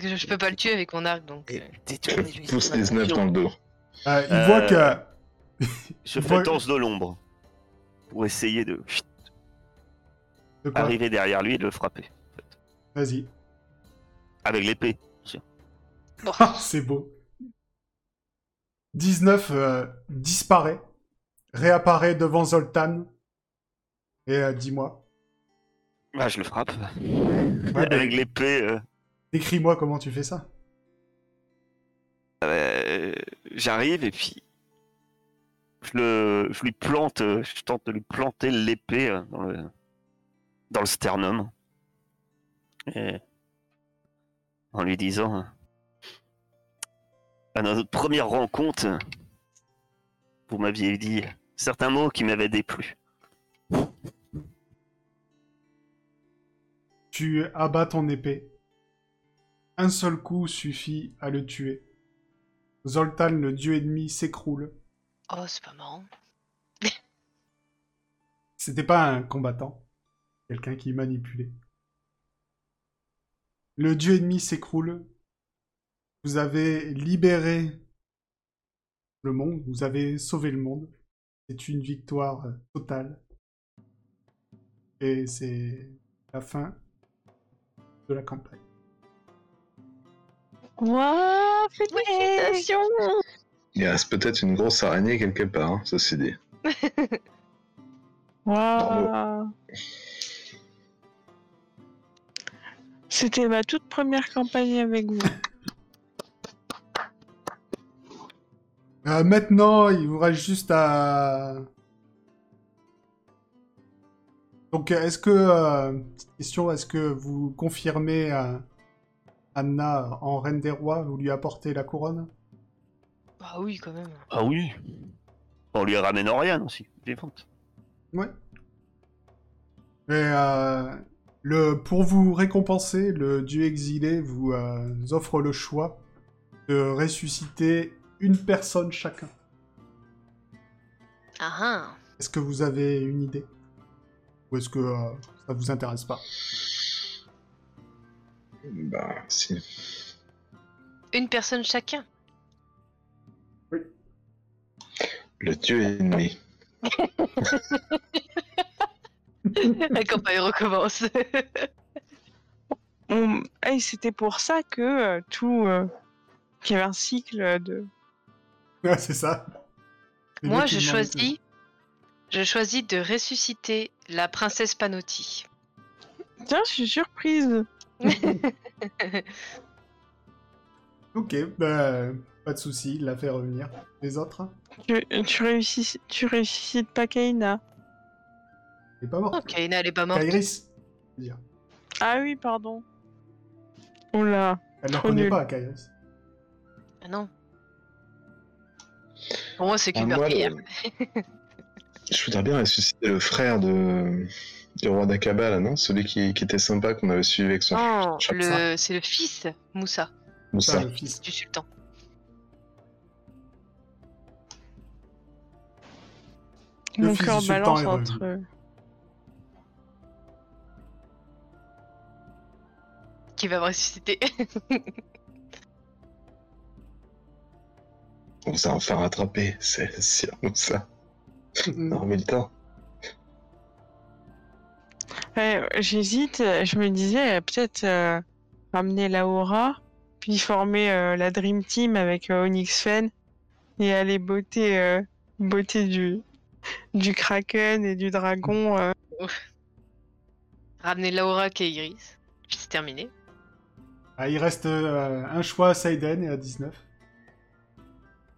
Je, je peux pas le tuer avec mon arc donc. euh,
Je pousse 19 dans le dos.
Euh, il
Euh.
voit que.
Je
Moi-
fais danse de l'ombre pour essayer de chut,
De quoi
arriver derrière lui et de le frapper
Vas-y.
avec l'épée.
Ah, c'est beau. 19 euh, disparaît, réapparaît devant Zoltan. Et euh, dis-moi,
Bah, je le frappe
Ouais,
avec
mais-
l'épée. euh,
décris-moi comment tu fais ça.
euh, J'arrive et puis je le, je lui plante. euh, Je tente de lui planter l'épée euh, dans le dans le sternum Et- en lui disant euh, à notre première rencontre, euh, vous m'aviez dit certains mots qui m'avaient déplu.
Tu abats ton épée. Un seul coup suffit à le tuer. Zoltan, le dieu ennemi, s'écroule.
Oh, c'est pas marrant.
C'était pas un combattant, quelqu'un qui manipulait. Le dieu ennemi s'écroule. Vous avez libéré le monde, vous avez sauvé le monde. C'est une victoire euh, totale. Et c'est la fin de la campagne.
Waouh, félicitations
Il reste peut-être une grosse araignée quelque part, hein, ceci dit.
Waouh C'était ma toute première campagne avec vous.
Euh, maintenant, il vous reste juste à. Donc, euh, est-ce que. euh, petite question, est-ce que vous confirmez à Anna en reine des rois Vous lui apportez la couronne
Bah oui, quand même.
Ah oui. On lui ramène Oriane aussi, vivante.
Ouais. Et, euh, le, pour vous récompenser, le dieu exilé vous euh, offre le choix de ressusciter une personne chacun.
Ah ah.
Est-ce que vous avez une idée Ou est-ce que euh, ça vous intéresse pas
Bah, si.
Une personne chacun.
Le dieu ennemi.
La campagne recommence.
On- Hey, C'était pour ça que euh, tout. euh, qu'il y avait un cycle de.
Ouais, C'est ça. Les
Moi,
mecs,
je
ils demandent-
choisis, je choisis de ressusciter la princesse Panotti.
Tiens, je suis surprise.
Ok, bah, pas de souci, il la fait revenir. Les autres
Tu, tu, réussis, tu réussis pas Kaina.
Elle est pas morte.
Oh, Kaina, elle est pas morte.
Kairis
Ah oui, pardon. Oh là.
Elle ne la
Trop
connaît
nul.
pas, Kairis.
Ah non. Pour moi, c'est hein.
Ah,
qu'une
moi, le-
meurtrière.
Je voudrais bien ressusciter le frère de... du roi d'Akaba, là, non Celui qui... qui était sympa, qu'on avait suivi avec son
Non,
je-
le... c'est le fils Moussa
Moussa.
Pas le fils.
du sultan.
Le
Mon
fils
cœur
du sultan
balance
est
entre.
Qui va me ressusciter.
On s'est enfin rattrapé, c'est sûr, Moussa. Non, mais le temps.
Ouais, J'hésite, euh, je me disais euh, peut-être euh, ramener la Aura, puis former euh, la Dream Team avec euh, Onyx Fen et aller botter, euh, botter du, du Kraken et du Dragon. euh.
Ramener Laura Kairis. Puis c'est terminé.
Ah, il reste euh, un choix à Saiden et à 19.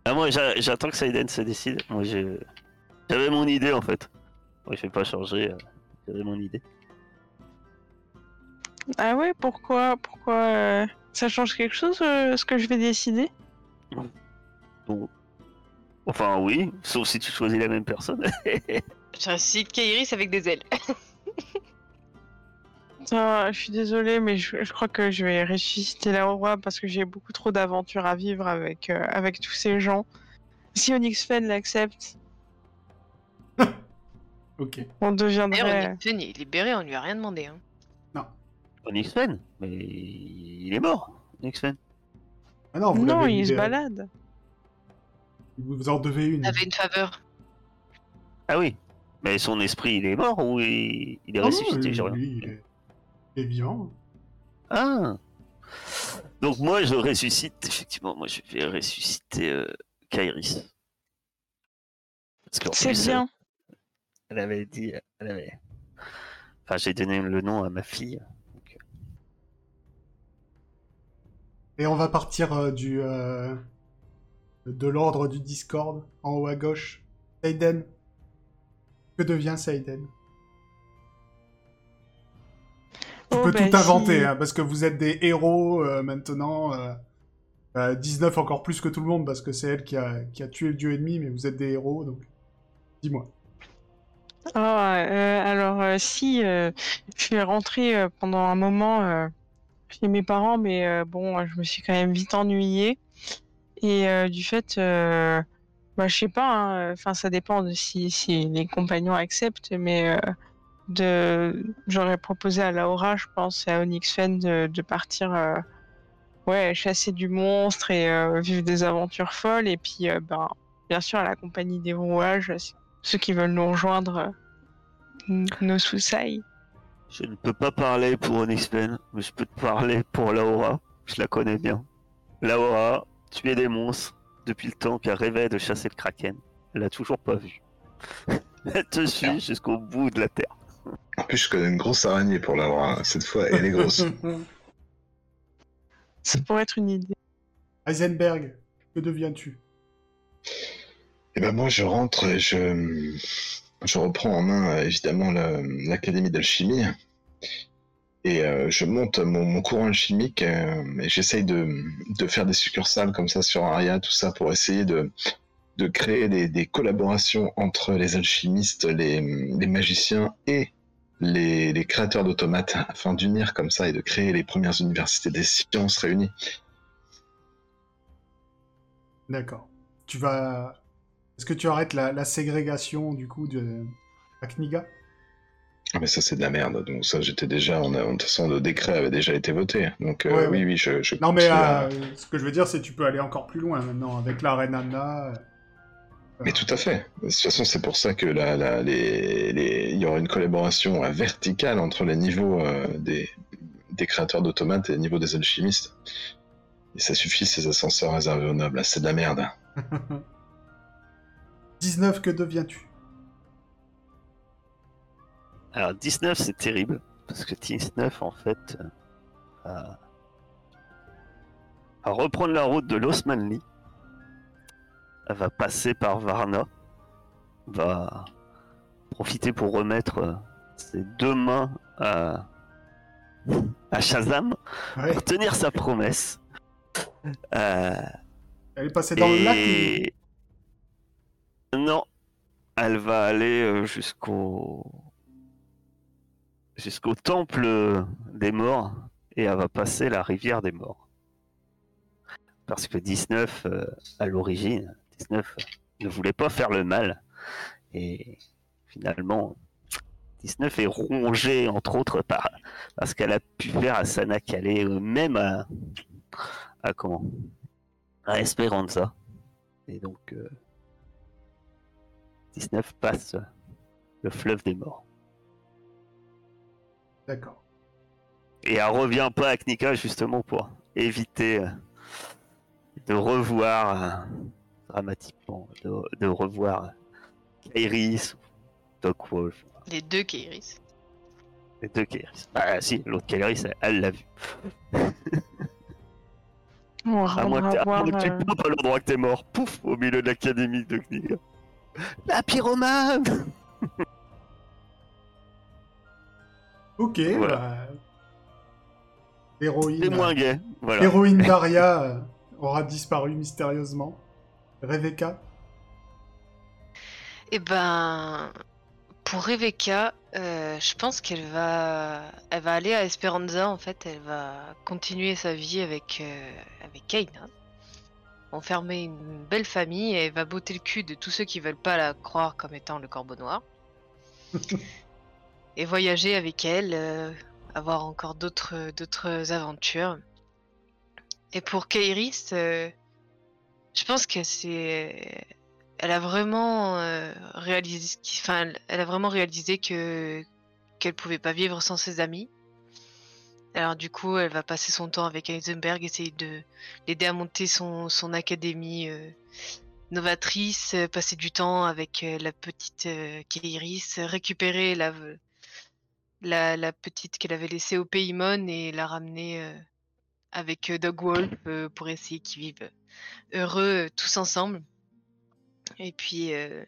Ah, moi, j'a- j'attends que Saiden se décide. Moi, j'ai- j'avais mon idée en fait. Moi, je vais pas changer. euh, J'avais mon idée.
Ah ouais, pourquoi, pourquoi euh, Ça change quelque chose euh, ce que je vais décider
Enfin, oui, sauf si tu choisis la même personne.
Je ressuscite Kairis avec des ailes.
Putain, je suis désolée, mais je, je crois que je vais ressusciter la Aura parce que j'ai beaucoup trop d'aventures à vivre avec, euh, avec tous ces gens. Si Onyx Fen l'accepte,
Ok.
on
D'ailleurs,
deviendrait.
Nixon, il est libéré, on lui a rien demandé. hein.
On X-Men Mais il est mort, X-Men.
Ah non, vous
non,
l'avez
il se
libéré.
balade.
Vous en devez une.
On avait une faveur.
Ah oui. Mais son esprit, il est mort ou il, il est
Ah non,
ressuscité
lui,
j'ai rien.
lui, il, est... il est vivant.
Ah Donc moi, je ressuscite, effectivement, moi, je vais ressusciter euh, Kairis. Parce qu'en
C'est
plus,
bien.
Elle avait dit. Elle avait... Enfin, j'ai donné le nom à ma fille.
Et on va partir euh, du euh, de l'ordre du Discord en haut à gauche. Saiden. Que devient Saiden Tu
Oh,
peux
bah,
tout inventer,
si-
hein, parce que vous êtes des héros euh, maintenant. euh, euh, 19 encore plus que tout le monde, parce que c'est elle qui a, qui a tué le dieu ennemi, mais vous êtes des héros, donc dis-moi.
Ah, euh, alors, euh, si, euh, je suis rentrée euh, pendant un moment euh, chez mes parents, mais euh, bon, euh, je me suis quand même vite ennuyée. Et euh, du fait, euh, bah, je sais pas, enfin, ça dépend de si, si les compagnons acceptent, mais euh, de... j'aurais proposé à Laura, je pense, et à Onyx Fen de, de partir. euh, Ouais, chasser du monstre et euh, vivre des aventures folles. Et puis, euh, ben, bien sûr, à la compagnie des rouages, ceux qui veulent nous rejoindre, euh, n- nos soussailles.
Je ne peux pas parler pour un X-Men, mais je peux te parler pour Laura. Je la connais bien. Laura, tu es des monstres. depuis le temps qu'elle rêvait de chasser le kraken. Elle l'a toujours pas vu. Elle te suit jusqu'au bout de la terre.
En plus, je connais une grosse araignée pour l'avoir. hein. Cette fois, elle est grosse.
Ça pourrait être une idée.
Heisenberg, que deviens-tu
Et ben moi, je rentre et je, je reprends en main euh, évidemment la- l'académie d'alchimie et euh, je monte mon, mon courant alchimique euh, et j'essaye de, de faire des succursales comme ça sur Aria, tout ça pour essayer de, de créer des, des collaborations entre les alchimistes, les, les magiciens et les, les créateurs d'automates afin d'unir comme ça et de créer les premières universités des sciences réunies.
D'accord. Tu vas. Est-ce que tu arrêtes la, la ségrégation du coup de la Kniga
Ah, Mais ça, c'est de la merde. Donc, ça, j'étais déjà. On a, de toute façon, le décret avait déjà été voté. Donc, euh,
Ouais,
oui,
ouais.
oui, je. je
Non mais
continue à-
euh, ce que je veux dire c'est que tu peux aller encore plus loin maintenant avec la reine Anna. euh,
Mais tout à fait. De toute façon, c'est pour ça que la, la- les, les- il y aura une collaboration euh, verticale entre les niveaux euh, des, des créateurs d'automates et les niveaux des alchimistes. Et ça suffit, ces ascenseurs réservés aux nobles. Ah, C'est de la merde.
19, que deviens-tu
Alors 19 c'est terrible, parce que 19 en fait euh, va- va reprendre la route de l'Osmanli, elle va passer par Varna, va profiter pour remettre euh, ses deux mains à, à Shazam
Ouais,
pour tenir sa promesse. Euh,
Elle est passée dans le lac. mais-
et- Non, elle va aller euh, jusqu'au jusqu'au temple euh, des morts et elle va passer la rivière des morts. Parce que 19 euh, à l'origine, 19 ne voulait pas faire le mal et finalement 19 est rongé entre autres par parce qu'elle a pu faire à Sana qu'elle est euh, même à à comment à Esperanza. Et donc, euh, 19 passe le fleuve des morts.
D'accord.
Et elle revient pas à Knika justement pour éviter euh, de revoir euh, dramatiquement, de, de revoir euh, Kairis, Doc Wolf,
Les deux Kairis.
les deux Kairis. Bah si, l'autre Kairis, elle- elle l'a vu.
Oh, On
À moins
rendra
que, à
voir,
moins que tu
euh,
pompes à l'endroit que t'es mort, pouf, au milieu de l'académie de Knika. La pyromane
Ok,
Voilà.
bah, l'héroïne-
C'est moins gay, voilà.
l'héroïne Daria euh, aura disparu mystérieusement. Rebecca,
Eh ben, pour Rebecca, euh, je pense qu'elle va, elle va aller à Esperanza. En fait, elle va continuer sa vie avec euh, avec Kaina, enfermer une belle famille et elle va botter le cul de tous ceux qui veulent pas la croire comme étant le Corbeau Noir. et voyager avec elle, euh, avoir encore d'autres d'autres aventures. Et pour Kairis, euh, je pense que c'est elle a vraiment euh, réalisé ce qui- enfin, elle- elle a vraiment réalisé que qu'elle pouvait pas vivre sans ses amis. Alors du coup, elle va passer son temps avec Heisenberg, essayer de l'aider à monter son, son académie euh, novatrice, euh, passer du temps avec euh, la petite euh, Kairis, récupérer la, la, la petite qu'elle avait laissée au Paymon et la ramener euh, avec euh, Dog Wolf euh, pour essayer qu'ils vivent heureux euh, tous ensemble. Et puis, euh,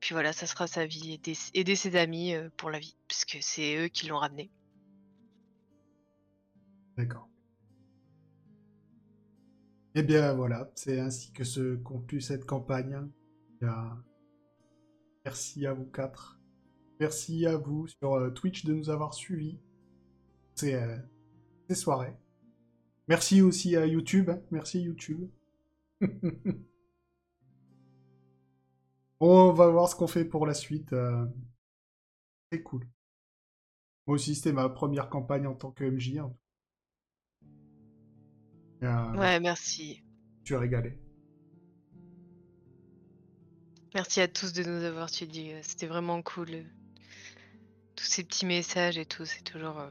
puis voilà, ça sera sa vie, aider, aider ses amis euh, pour la vie, puisque c'est eux qui l'ont ramené.
d'accord. Eh bien voilà, c'est ainsi que se conclut cette campagne. Il y a- Merci à vous quatre. Merci à vous sur euh, Twitch de nous avoir suivis ces, euh, ces soirées. Merci aussi à YouTube. hein. Merci YouTube. On va voir ce qu'on fait pour la suite. euh, C'est cool. Moi aussi, c'était ma première campagne en tant que MJ. hein. Euh,
Ouais, merci.
Je suis régalé.
Merci à tous de nous avoir suivis. euh, C'était vraiment cool. euh, Tous ces petits messages et tout, c'est toujours, euh,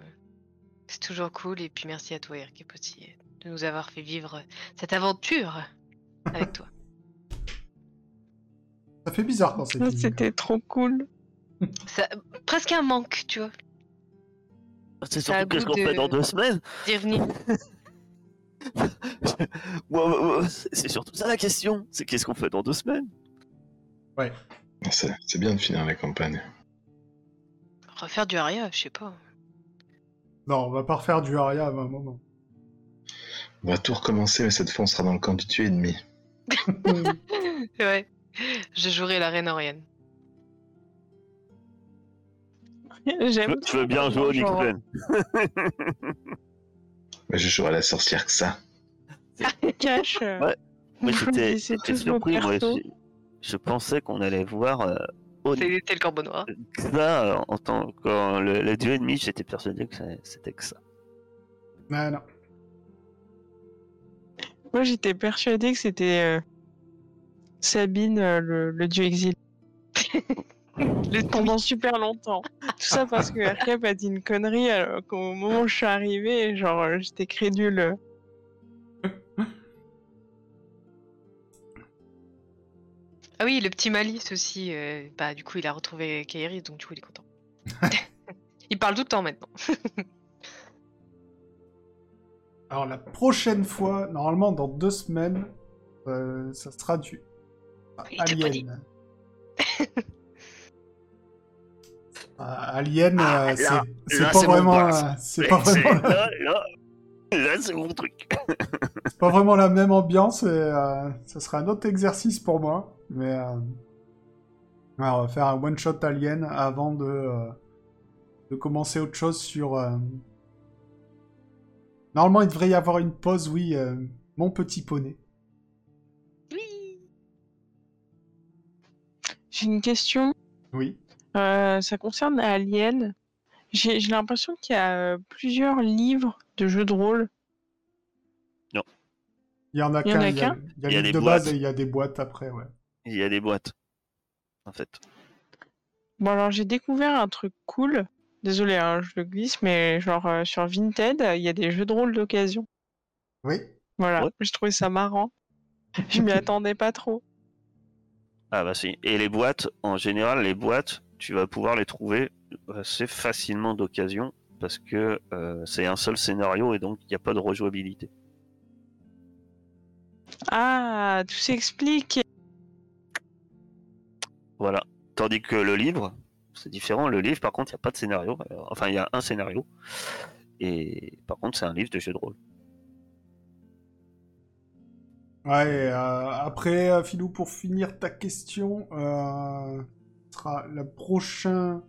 c'est toujours cool. Et puis merci à toi, Erkep, aussi, euh, de nous avoir fait vivre euh, cette aventure avec toi.
Ça fait bizarre quand c'est
Ça,
fini.
C'était trop cool.
Ça- Presque un manque, tu vois.
C'est
Ça a
surtout qu'est-ce
goût
qu'on
de-
fait dans deux semaines
D'y revenir.
Moi, moi, moi, euh, C'est c'est surtout ça la question. C'est qu'est-ce qu'on fait dans deux semaines
C'est c'est bien de finir la campagne.
Refaire du aria, je sais pas.
Non, on va pas refaire du Aria à un moment.
On va tout recommencer, mais cette fois on sera dans le camp du tué ennemi.
Ouais. Je jouerai la reine Oriane.
Tu
J'aime.
veux- Tu veux bien jouer au Nick
Genre,
Flynn
Mais je jouerai à la sorcière que ça.
Cash. euh,
Ouais, Mais
vous
j'étais
choisissez
j'étais
tous vos
surpris, moi.
persos.
Je, je pensais qu'on allait voir euh, au
C'est c'est le corbeau noir.
ça euh, en tant que le, le dieu ennemi, j'étais persuadé que ça- c'était que ça.
Non, non.
Moi, j'étais persuadée que c'était euh, Sabine, euh, le, le dieu exilé, pendant super longtemps. Tout ça parce que Arkep a dit une connerie alors qu'au moment où je suis arrivée, genre, euh, j'étais crédule.
Ah oui, le petit Malice aussi. euh, bah, du coup, il a retrouvé Kairi, donc du coup, il est content. il parle tout le temps maintenant.
Alors la prochaine fois, normalement dans deux semaines, euh, ça sera du ah,
Il t'a pas dit.
Alien. Ah, Alien,
Ah,
euh,
là,
c'est- c'est
là,
pas
c'est mon
vraiment,
bras.
euh, c'est pas vraiment, la-
là, là, là, c'est mon truc.
c'est pas vraiment la même ambiance. Et, euh, ça sera un autre exercice pour moi, mais euh, ouais, on va faire un one shot Alien avant de euh, de commencer autre chose sur. euh, Normalement, il devrait y avoir une pause, oui. euh, Mon petit poney.
Oui.
J'ai une question.
Oui.
Euh, ça concerne Alien. J'ai j'ai l'impression qu'il y a euh, plusieurs livres de jeux de rôle.
Il y en a
Il y en
qu'un.
a
Il y a,
qu'un
il y a le livre
des
de base
boîtes.
et il y a des boîtes après, ouais.
Il y a des boîtes, en fait.
Bon, alors j'ai découvert un truc cool. Désolé, hein, je le glisse, mais genre euh, sur Vinted, euh, il y a des jeux de rôle d'occasion.
Oui.
Voilà,
Ouais.
je trouvais ça marrant. Je m'y attendais pas trop.
Ah bah si. Et les boîtes, en général, les boîtes, tu vas pouvoir les trouver assez facilement d'occasion parce que euh, c'est un seul scénario et donc il n'y a pas de rejouabilité.
Ah, tout s'explique.
Voilà. Tandis que le livre, c'est différent. Le livre, par contre, il n'y a pas de scénario. Euh, Enfin, il y a un scénario. Et par contre, c'est un livre de jeu de rôle.
Ouais, et, euh, après, euh, Philou, pour finir ta question, euh, ce sera la prochaine.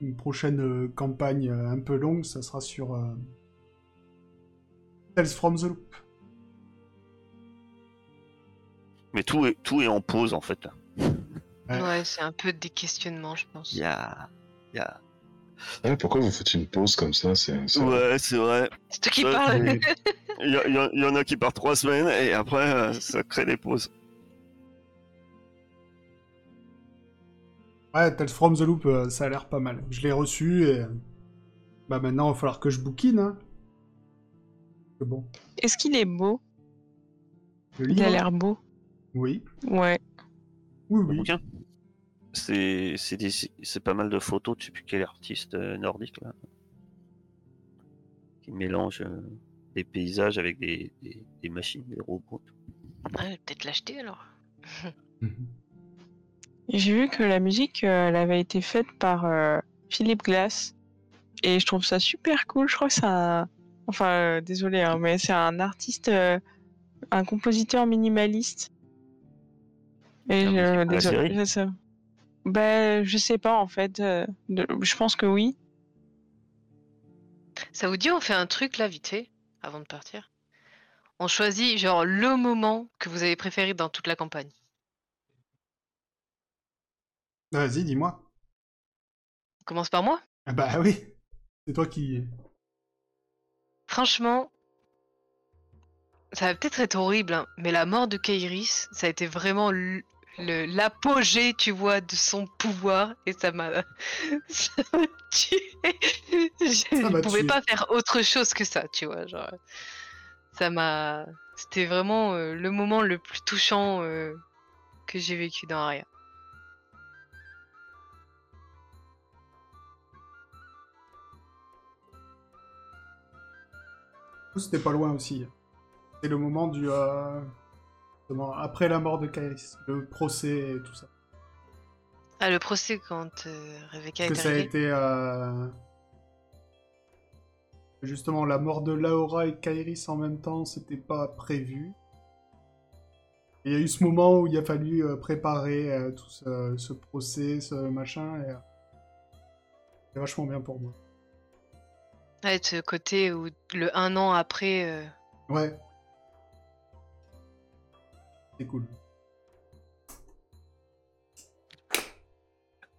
Une prochaine euh, campagne euh, un peu longue, ça sera sur. euh, Tales from the Loop.
Mais tout est, tout est en pause, en fait.
Ouais.
Ouais, c'est un peu des questionnements, je pense.
Il y a... il y a-
Ouais, Ah, pourquoi vous faites une pause comme ça C'est c'est-
Ouais, c'est vrai.
C'est toi qui
Ça,
parles.
c'est- Il y, a- il y a- il y en a qui partent trois semaines et après, euh, ça crée des pauses.
Ouais, Tales from the Loop, euh, ça a l'air pas mal. Je l'ai reçu et. euh, Bah maintenant, il va falloir que je bouquine, hein. Parce que bon,
Est-ce qu'il est beau
le
Il a
livre-
l'air beau.
Oui,
Ouais.
oui,
Le
oui.
bouquin. C'est c'est des- c'est pas mal de photos, je sais plus quel artiste euh, nordique là, qui mélange euh, des paysages avec des, des- des machines, des robots.
Ouais, Ah, je vais peut-être l'acheter alors.
J'ai vu que la musique, euh, elle avait été faite par euh, Philippe Glass. Et je trouve ça super cool. Je crois que c'est un. Enfin, euh, désolé, hein, mais c'est un artiste, euh, un compositeur minimaliste. Et
Ah, mais c'est
je,
pour la
désolé,
série
je sais- Bah, je sais pas en fait. euh, de- Je pense que oui.
Ça vous dit, on fait un truc là, vite fait, avant de partir On choisit genre le moment que vous avez préféré dans toute la campagne.
Vas-y, dis-moi.
On commence par moi
Ah Bah oui, c'est toi qui.
Franchement, ça va peut-être être horrible, hein, mais la mort de Kairis, ça a été vraiment l- le- l'apogée, tu vois, de son pouvoir, et ça m'a ça m'a tué. Je
Ça
ne
m'a
pouvais
tué.
pas faire autre chose que ça, tu vois. Genre, ça m'a. C'était vraiment euh, le moment le plus touchant euh, que j'ai vécu dans Aria.
C'était pas loin aussi. C'est le moment du. euh, justement, après la mort de Kaelis, le procès et tout ça.
Ah, le procès quand euh, Rebecca
que
est
ça a
arrivée.
été euh, justement la mort de Laura et Kairis en même temps, c'était pas prévu. Et Il y a eu ce moment où il a fallu euh, préparer euh, tout ce, ce procès, ce machin, et euh, c'est vachement bien pour moi.
Ouais, Ah, ce côté où le un an après, euh,
Ouais. C'est cool.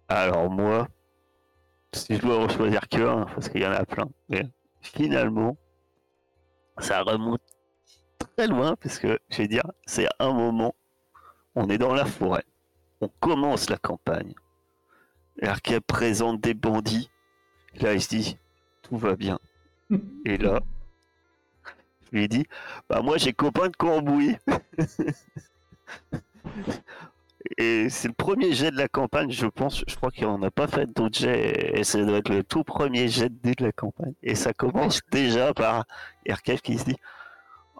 Alors moi, si je dois en choisir qu'un, parce qu'il y en a plein, mais finalement, ça remonte très loin, parce que je vais dire, c'est un moment, on est dans la forêt, on commence la campagne, l'arcade présente des bandits, là il se dit, tout va bien. Et là, je lui dis, bah moi j'ai copain de Corbouille. Et c'est le premier jet de la campagne, je pense. Je crois qu'on n'a pas fait d'autres jets. Et ça doit être le tout premier jet de dés de la campagne. Et ça commence déjà par Erkev qui se dit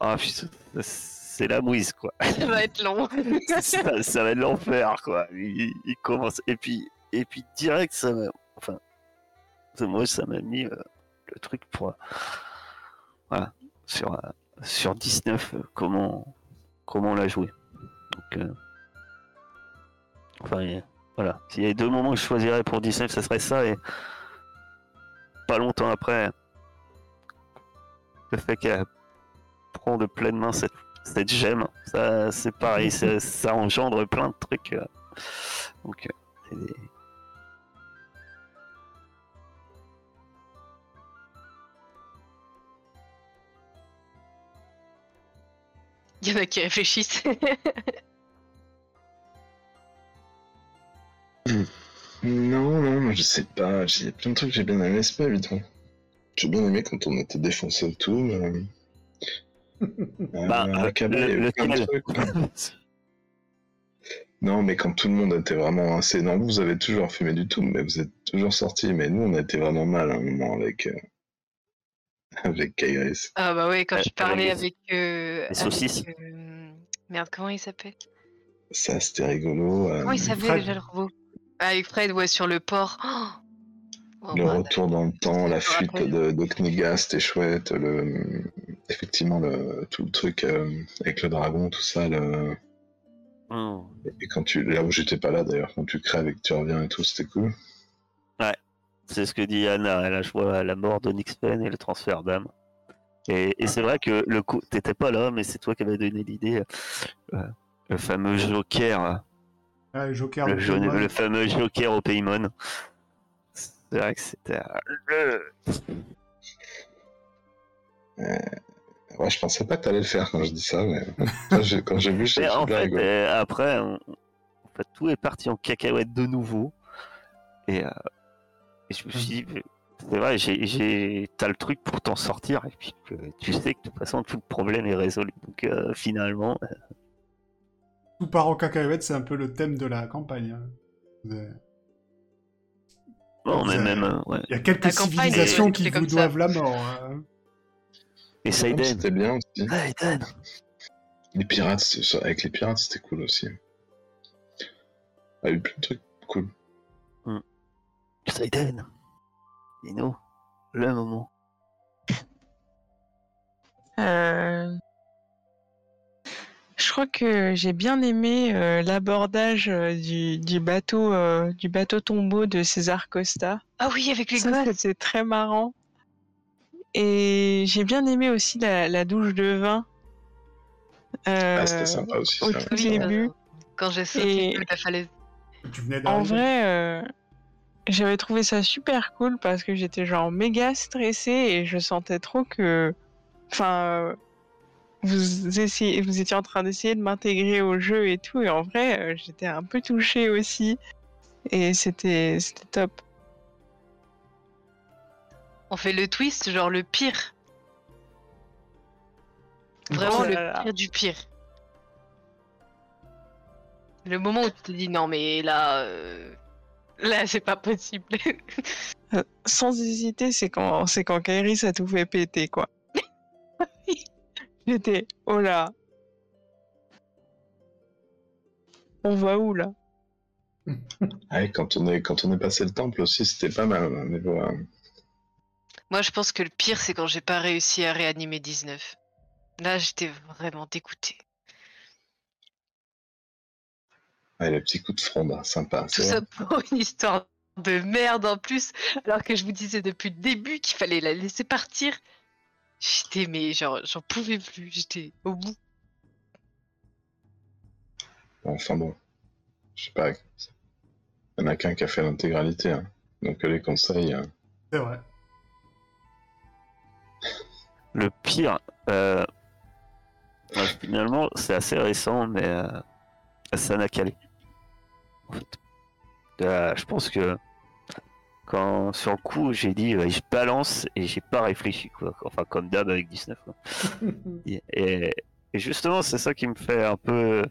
Ah putain, c'est la mouise, quoi.
ça va être long.
ça, ça va être l'enfer, quoi. Il, il commence. Et puis, et puis direct, ça m'a. Enfin, ça- moi, ça m'a mis euh, le truc pour. euh, Voilà. Sur, euh, sur 19, euh, comment, comment on l'a joué. Donc. euh, Enfin, il y a- voilà. S'il y avait deux moments que je choisirais pour 19, ça serait ça et. Pas longtemps après. Le fait qu'elle prend de pleine main cette cette gemme. hein. Ça, c'est pareil, ça, ça engendre plein de trucs. euh. Donc, euh, c'est des-
Il y en a qui réfléchissent.
Non, non, moi, je sais pas. Il y a plein de trucs que j'ai bien aimé, c'est pas évident. J'ai bien aimé quand on était défoncé et tout, mais. euh,
Bah,
à la
euh,
cabane, il y
le-
avait plein de
lequel
trucs, quoi. Non, mais quand tout le monde était vraiment assez. Non, vous avez toujours fumé du tout, mais vous êtes toujours sortis. Mais nous, on était vraiment mal à un moment avec. euh, Avec Kairis.
ah bah ouais, quand
Euh,
je parlais
avec
avec. euh, avec,
saucisses.
euh, merde, comment il s'appelle
Euh, Ça, c'était rigolo. euh,
Comment il s'appelle
Fred.
déjà le robot Ah, Avec Fred, ouais, sur le port. Oh Oh,
Le
bordel.
retour dans le temps, la
Je me
fuite
rappelle.
de, de Kniga, c'était chouette. Le, effectivement, le, tout le truc euh, avec le dragon, tout ça. Le,
Hmm.
et quand tu, là où j'étais pas là d'ailleurs, quand tu crèves et que tu reviens et tout, c'était cool.
C'est ce que dit Anna. Elle a choisi la mort de Nixpen et le transfert d'âme. Et, et c'est vrai que le coup, t'étais pas là, mais c'est toi qui avais donné l'idée. euh, euh, le fameux Joker, euh,
Ah, le Joker.
le,
de
jaune-
Pokémon.
le fameux Joker au Paymon. C'est vrai que c'était euh, le-
Ouais, je pensais pas que t'allais le faire quand je dis ça, mais quand j'ai- quand j'ai vu, j'ai
Mais
j'ai
en
bien
fait,
rigolé.
euh, après, on- en fait, tout est parti en cacahuète de nouveau. Et, euh, et je me suis dit, mais c'est vrai, j'ai- j'ai- t'as le truc pour t'en sortir. Et puis, euh, tu sais que de toute façon, tout le problème est résolu. Donc, euh, finalement, euh,
Tout part en cacahuète, c'est un peu le thème de la campagne. hein. Vous avez-
bon, mais
Ça-
même. euh, ouais.
Il y a quelques
La campagne,
civilisations
elle est-
qui
elle est
vous
comme ça.
doivent la mort. hein.
Et
Non,
Saiden.
C'était bien aussi.
Saiden.
Les pirates, c'est- ça- avec les pirates, c'était cool aussi. Ah, Il y a eu plein de trucs cool.
Saiden. Dino. Le moment.
Euh, Je crois que j'ai bien aimé euh, l'abordage euh, du, du bateau euh, du bateau tombeau de César Costa.
Ah oui, avec les
Ça,
gosses.
c'était très marrant. Et j'ai bien aimé aussi la, la douche de vin.
Ah,
Euh,
c'était sympa aussi.
au
ça.
tout
Oui, euh,
début.
Quand j'ai sauté
Et-
de la falaise.
Tu venais
En
d'arriver.
vrai, euh, j'avais trouvé ça super cool parce que j'étais genre méga stressée et je sentais trop que. Enfin, euh, vous, essayez, vous étiez en train d'essayer de m'intégrer au jeu et tout, et en vrai, euh, j'étais un peu touchée aussi. Et c'était c'était top.
On fait le twist, genre le pire.
Oh
Vraiment
Oh là
le
là.
pire du pire. Le moment où tu te dis non, mais là, euh, là, c'est pas possible.
Euh, sans hésiter, c'est quand, c'est quand Kairi, ça tout fait péter, quoi. J'étais, oh là. On va où, là
Ah ouais, quand, on est, quand on est passé le temple aussi, c'était pas mal. hein, Mais bon, euh,
Moi, je pense que le pire, c'est quand j'ai pas réussi à réanimer 19. Là, j'étais vraiment dégoûtée.
ouais, le petit coup de fronde, hein, sympa.
Tout
c'est
ça
vrai.
pour une histoire de merde en plus, alors que je vous disais depuis le début qu'il fallait la laisser partir. J'étais, mais genre, j'en pouvais plus, j'étais au bout.
Bon, Enfin bon, je sais pas. Il y en a qu'un qui a fait l'intégralité. hein. Donc euh, les conseils. euh,
C'est vrai.
Le pire, euh, ouais, finalement, c'est assez récent, mais euh, à Sanakale. En fait. Euh, je pense que quand sur le coup, j'ai dit euh, je balance et j'ai pas réfléchi, quoi. Enfin, comme d'hab avec 19. Quoi. Et, et- et justement, c'est ça qui me fait un peu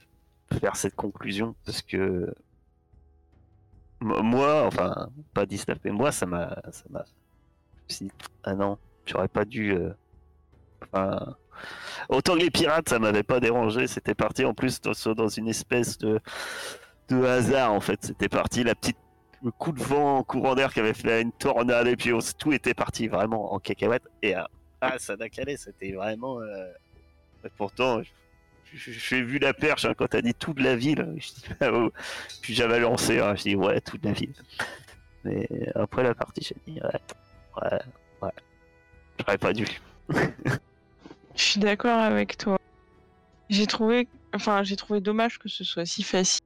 faire cette conclusion, parce que mo- moi, enfin, pas 19, mais moi, ça m'a. ça m'a- Je me suis dit, ah non, j'aurais pas dû. euh, Enfin, autant que les pirates, ça m'avait pas dérangé. C'était parti en plus dans, sur- dans une espèce de, de hasard en fait. C'était parti la petite le coup de vent, courant d'air qui avait fait une tornade et puis on s- tout était parti vraiment en cacahuète. Et euh, ah, ça n'a calé, c'était vraiment. euh, et pourtant, je- je- j'ai vu la perche hein, quand t'as dit toute la ville. Je dis, ah, oh. Puis j'avais lancé, hein, je dis ouais, toute la ville. Mais après la partie, j'ai dit ouais, ouais, ouais, j'aurais pas dû.
Je suis d'accord avec toi. J'ai trouvé, enfin, j'ai trouvé dommage que ce soit si facile.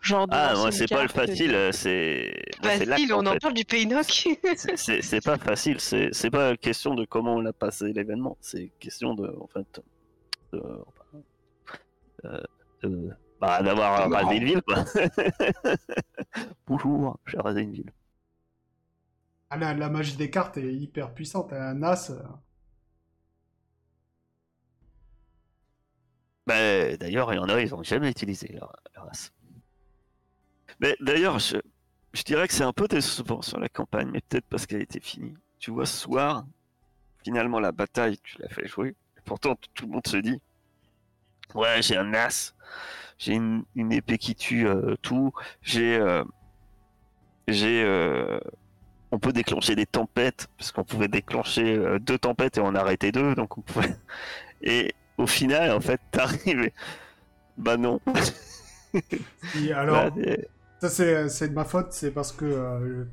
Genre. de
Ah,
lancer
moi,
une
c'est pas le
carte et de-
facile, euh, c'est. moi, c'est l'acte,
Vas-y, on
en
en
fait.
parle du pays Noc.
C'est- C'est c'est pas facile, c'est c'est pas question de comment on a passé l'événement, c'est question de. En fait. de- euh, de- bah, d'avoir
Non.
rasé une ville, quoi. Bonjour, j'ai rasé une ville.
Ah, la, la magie des cartes est hyper puissante. Un as. euh,
Bah, d'ailleurs, il y en a, ils ont jamais utilisé leur, leur race. Mais d'ailleurs, je, je dirais que c'est un peu décevant sur la campagne, mais peut-être parce qu'elle était finie. Tu vois, ce soir, finalement, la bataille, tu l'as fait jouer. Et pourtant, t- tout le monde se dit Ouais, j'ai un as, j'ai une, une épée qui tue euh, tout, j'ai. euh, j'ai. euh, on peut déclencher des tempêtes, parce qu'on pouvait déclencher euh, deux tempêtes et en arrêter deux, donc on pouvait. Et, au final, en fait, t'arrives. et- Bah non.
qui- alors,
Bah, euh,
ça c'est c'est de ma faute, c'est parce que euh, je-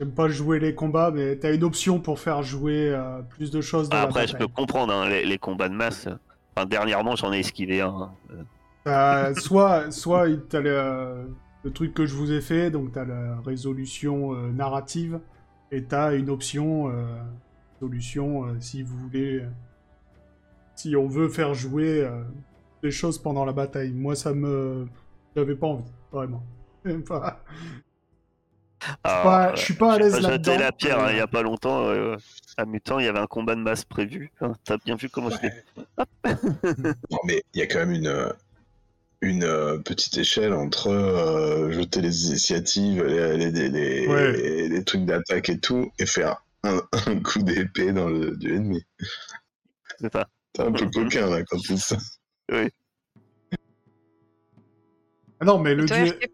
j'aime pas jouer les combats, mais t'as une option pour faire jouer euh, plus de choses dans
Bah, après,
la
je
bataille.
peux comprendre hein, les, les combats de masse. Enfin, dernièrement, j'en ai esquivé un. Euh,
T'as- soit, soit il- t'as le, le truc que je vous ai fait, donc t'as la résolution euh, narrative, et t'as une option euh, solution euh, si vous voulez, euh, si on veut faire jouer euh, des choses pendant la bataille. Moi, ça me, j'avais pas envie, vraiment. Enfin,
alors,
pas-
euh,
je suis pas à l'aise
j'ai jeté
là-dedans.
la pierre hein, il y a pas longtemps. euh, à Mutant, il y avait un combat de masse prévu. Hein, T'as bien vu comment c'était.
Non, mais il y a quand même une, euh, une euh, petite échelle entre euh, jeter les initiatives, les, les- les- les-
Ouais.
les trucs d'attaque et tout, et faire un, un coup d'épée dans le du ennemi.
C'est ça.
T'es un peu coquin là quand tu dis ça.
Ah non, mais le
Et toi,
dieu,
RTP?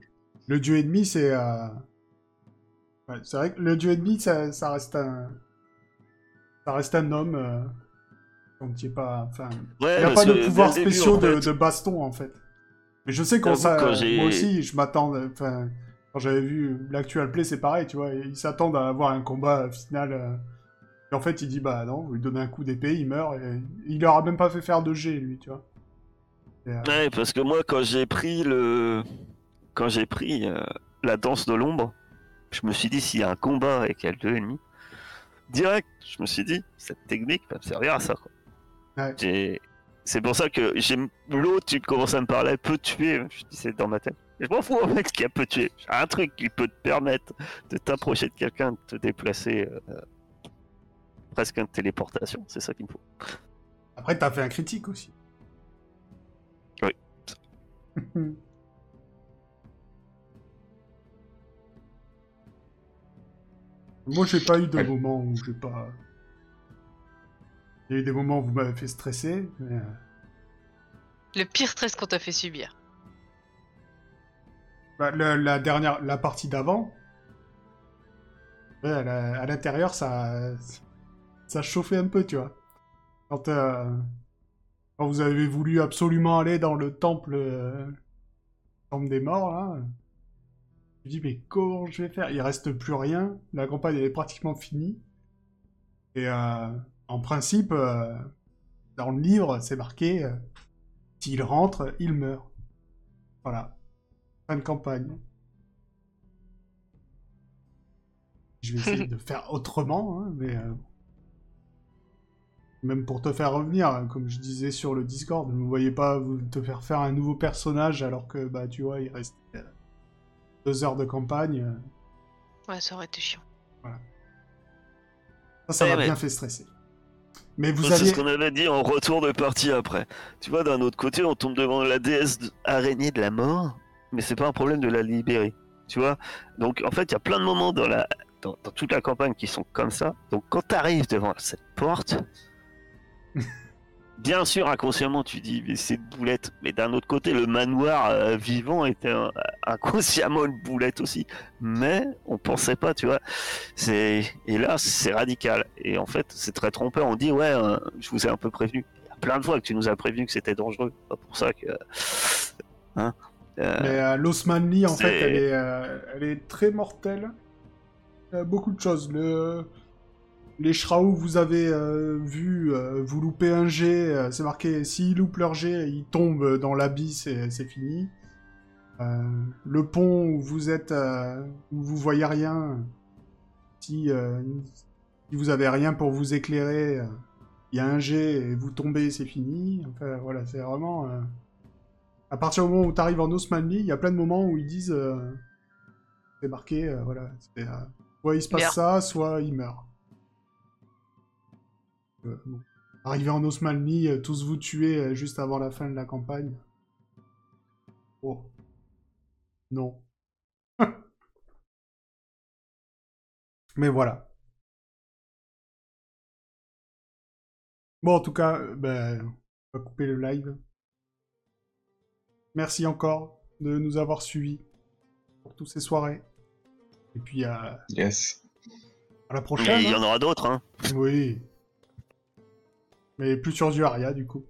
le dieu ennemi, c'est, euh, ouais, c'est vrai que le dieu ennemi, ça, ça reste un, ça reste un homme. euh, Quand tu es pas, enfin.
Ouais,
Il n'y a
parce
pas de
que
pouvoirs
dès le début,
spéciaux
en fait,
de, de baston en fait. Mais je sais qu'on
J'avoue,
ça,
quand
moi
j'ai-
aussi, je m'attends. Enfin, quand j'avais vu l'actual play, c'est pareil, tu vois. Ils s'attendent à avoir un combat euh, final. euh, Et en fait, il dit bah non, vous lui donnez un coup d'épée, il meurt. Et... Il leur a même pas fait faire de G, lui, tu vois. Et, euh,
Ouais, parce que moi, quand j'ai pris le, quand j'ai pris euh, la danse de l'ombre, je me suis dit s'il y a un combat et qu'il y a deux ennemis, direct, je me suis dit cette technique va me servir à ça. Quoi.
Ouais.
J'ai- C'est pour ça que j'aime l'autre, tu commences à me parler, peut tuer. Je dis c'est dans ma tête. Je m'en fous en fait qu'il y a peut tuer. Un truc qui peut te permettre de t'approcher de quelqu'un, de te déplacer. euh, presque une téléportation, c'est ça qu'il me faut.
Après, t'as fait un critique aussi. Moi, j'ai pas eu de
Ouais.
moment où j'ai pas. Il y a eu des moments où vous m'avez fait stresser, mais. euh,
Le pire stress qu'on t'a fait subir.
Bah, le- la dernière, la partie d'avant, ouais, à la- à l'intérieur, ça, ça chauffait un peu, tu vois. Quand, euh, quand vous avez voulu absolument aller dans le temple, euh, temple des morts, là, je me dis mais comment je vais faire Il reste plus rien. La campagne elle est pratiquement finie. Et euh, en principe, euh, dans le livre, c'est marqué euh, s'il rentre, il meurt. Voilà. Fin de campagne. Je vais essayer de faire autrement, hein, mais. euh, Même pour te faire revenir, hein, comme je disais sur le Discord, ne me voyez pas vous- te faire faire un nouveau personnage alors que, bah, tu vois, il reste euh, deux heures de campagne. euh,
Ouais, ça aurait été chiant.
Ça, ça
Ouais,
m'a
ouais.
bien fait stresser. Mais vous
Ça, C'est
aviez.
ce qu'on avait dit en retour de partie après. Tu vois, d'un autre côté, on tombe devant la déesse de- araignée de la mort, mais c'est pas un problème de la libérer. Tu vois Donc, en fait, il y a plein de moments dans, la, dans, dans toute la campagne qui sont comme ça. Donc, quand tu arrives devant cette porte, bien sûr, inconsciemment, tu dis, mais c'est une boulette. Mais d'un autre côté, le manoir euh, vivant était un- euh, inconsciemment une boulette aussi. Mais on pensait pas, tu vois. C'est et là c'est radical et en fait c'est très trompeur. On dit ouais, euh, je vous ai un peu prévenu. Il y a plein de fois que tu nous as prévenu que c'était dangereux. C'est Pas pour ça que euh, hein. Euh,
Mais euh, l'Osmanli, en
c'est-
fait, elle est, euh, elle est très mortelle. Il y a beaucoup de choses. Le... Les Shraou, vous avez euh, vu, euh, vous loupez un G, c'est marqué s'ils loupent leur G, ils tombent dans l'abysse et c'est fini. Euh, le pont où vous êtes, euh, où vous voyez rien, si, euh, si vous avez rien pour vous éclairer, euh, il y a un G et vous tombez, c'est fini. Enfin, voilà, c'est vraiment. euh, à partir du moment où tu arrives en Osmanli, il y a plein de moments où ils disent euh, c'est marqué, euh, voilà, c'est, euh, soit il se passe
Meurt.
ça, soit il meurt. Euh, bon. Arrivé en Osmanli, euh, tous vous tuez euh, juste avant la fin de la campagne. Oh. Non. Mais voilà. Bon, en tout cas, euh, ben, on va couper le live. Merci encore de nous avoir suivis pour toutes ces soirées. Et puis à,
Yes.
à la
mais
prochaine.
il y
hein.
en aura d'autres. Hein.
Oui. Mais plus sur du Aria, du coup.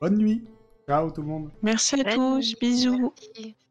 Bonne nuit. Ciao tout le monde.
Merci à tous, bisous.
Merci.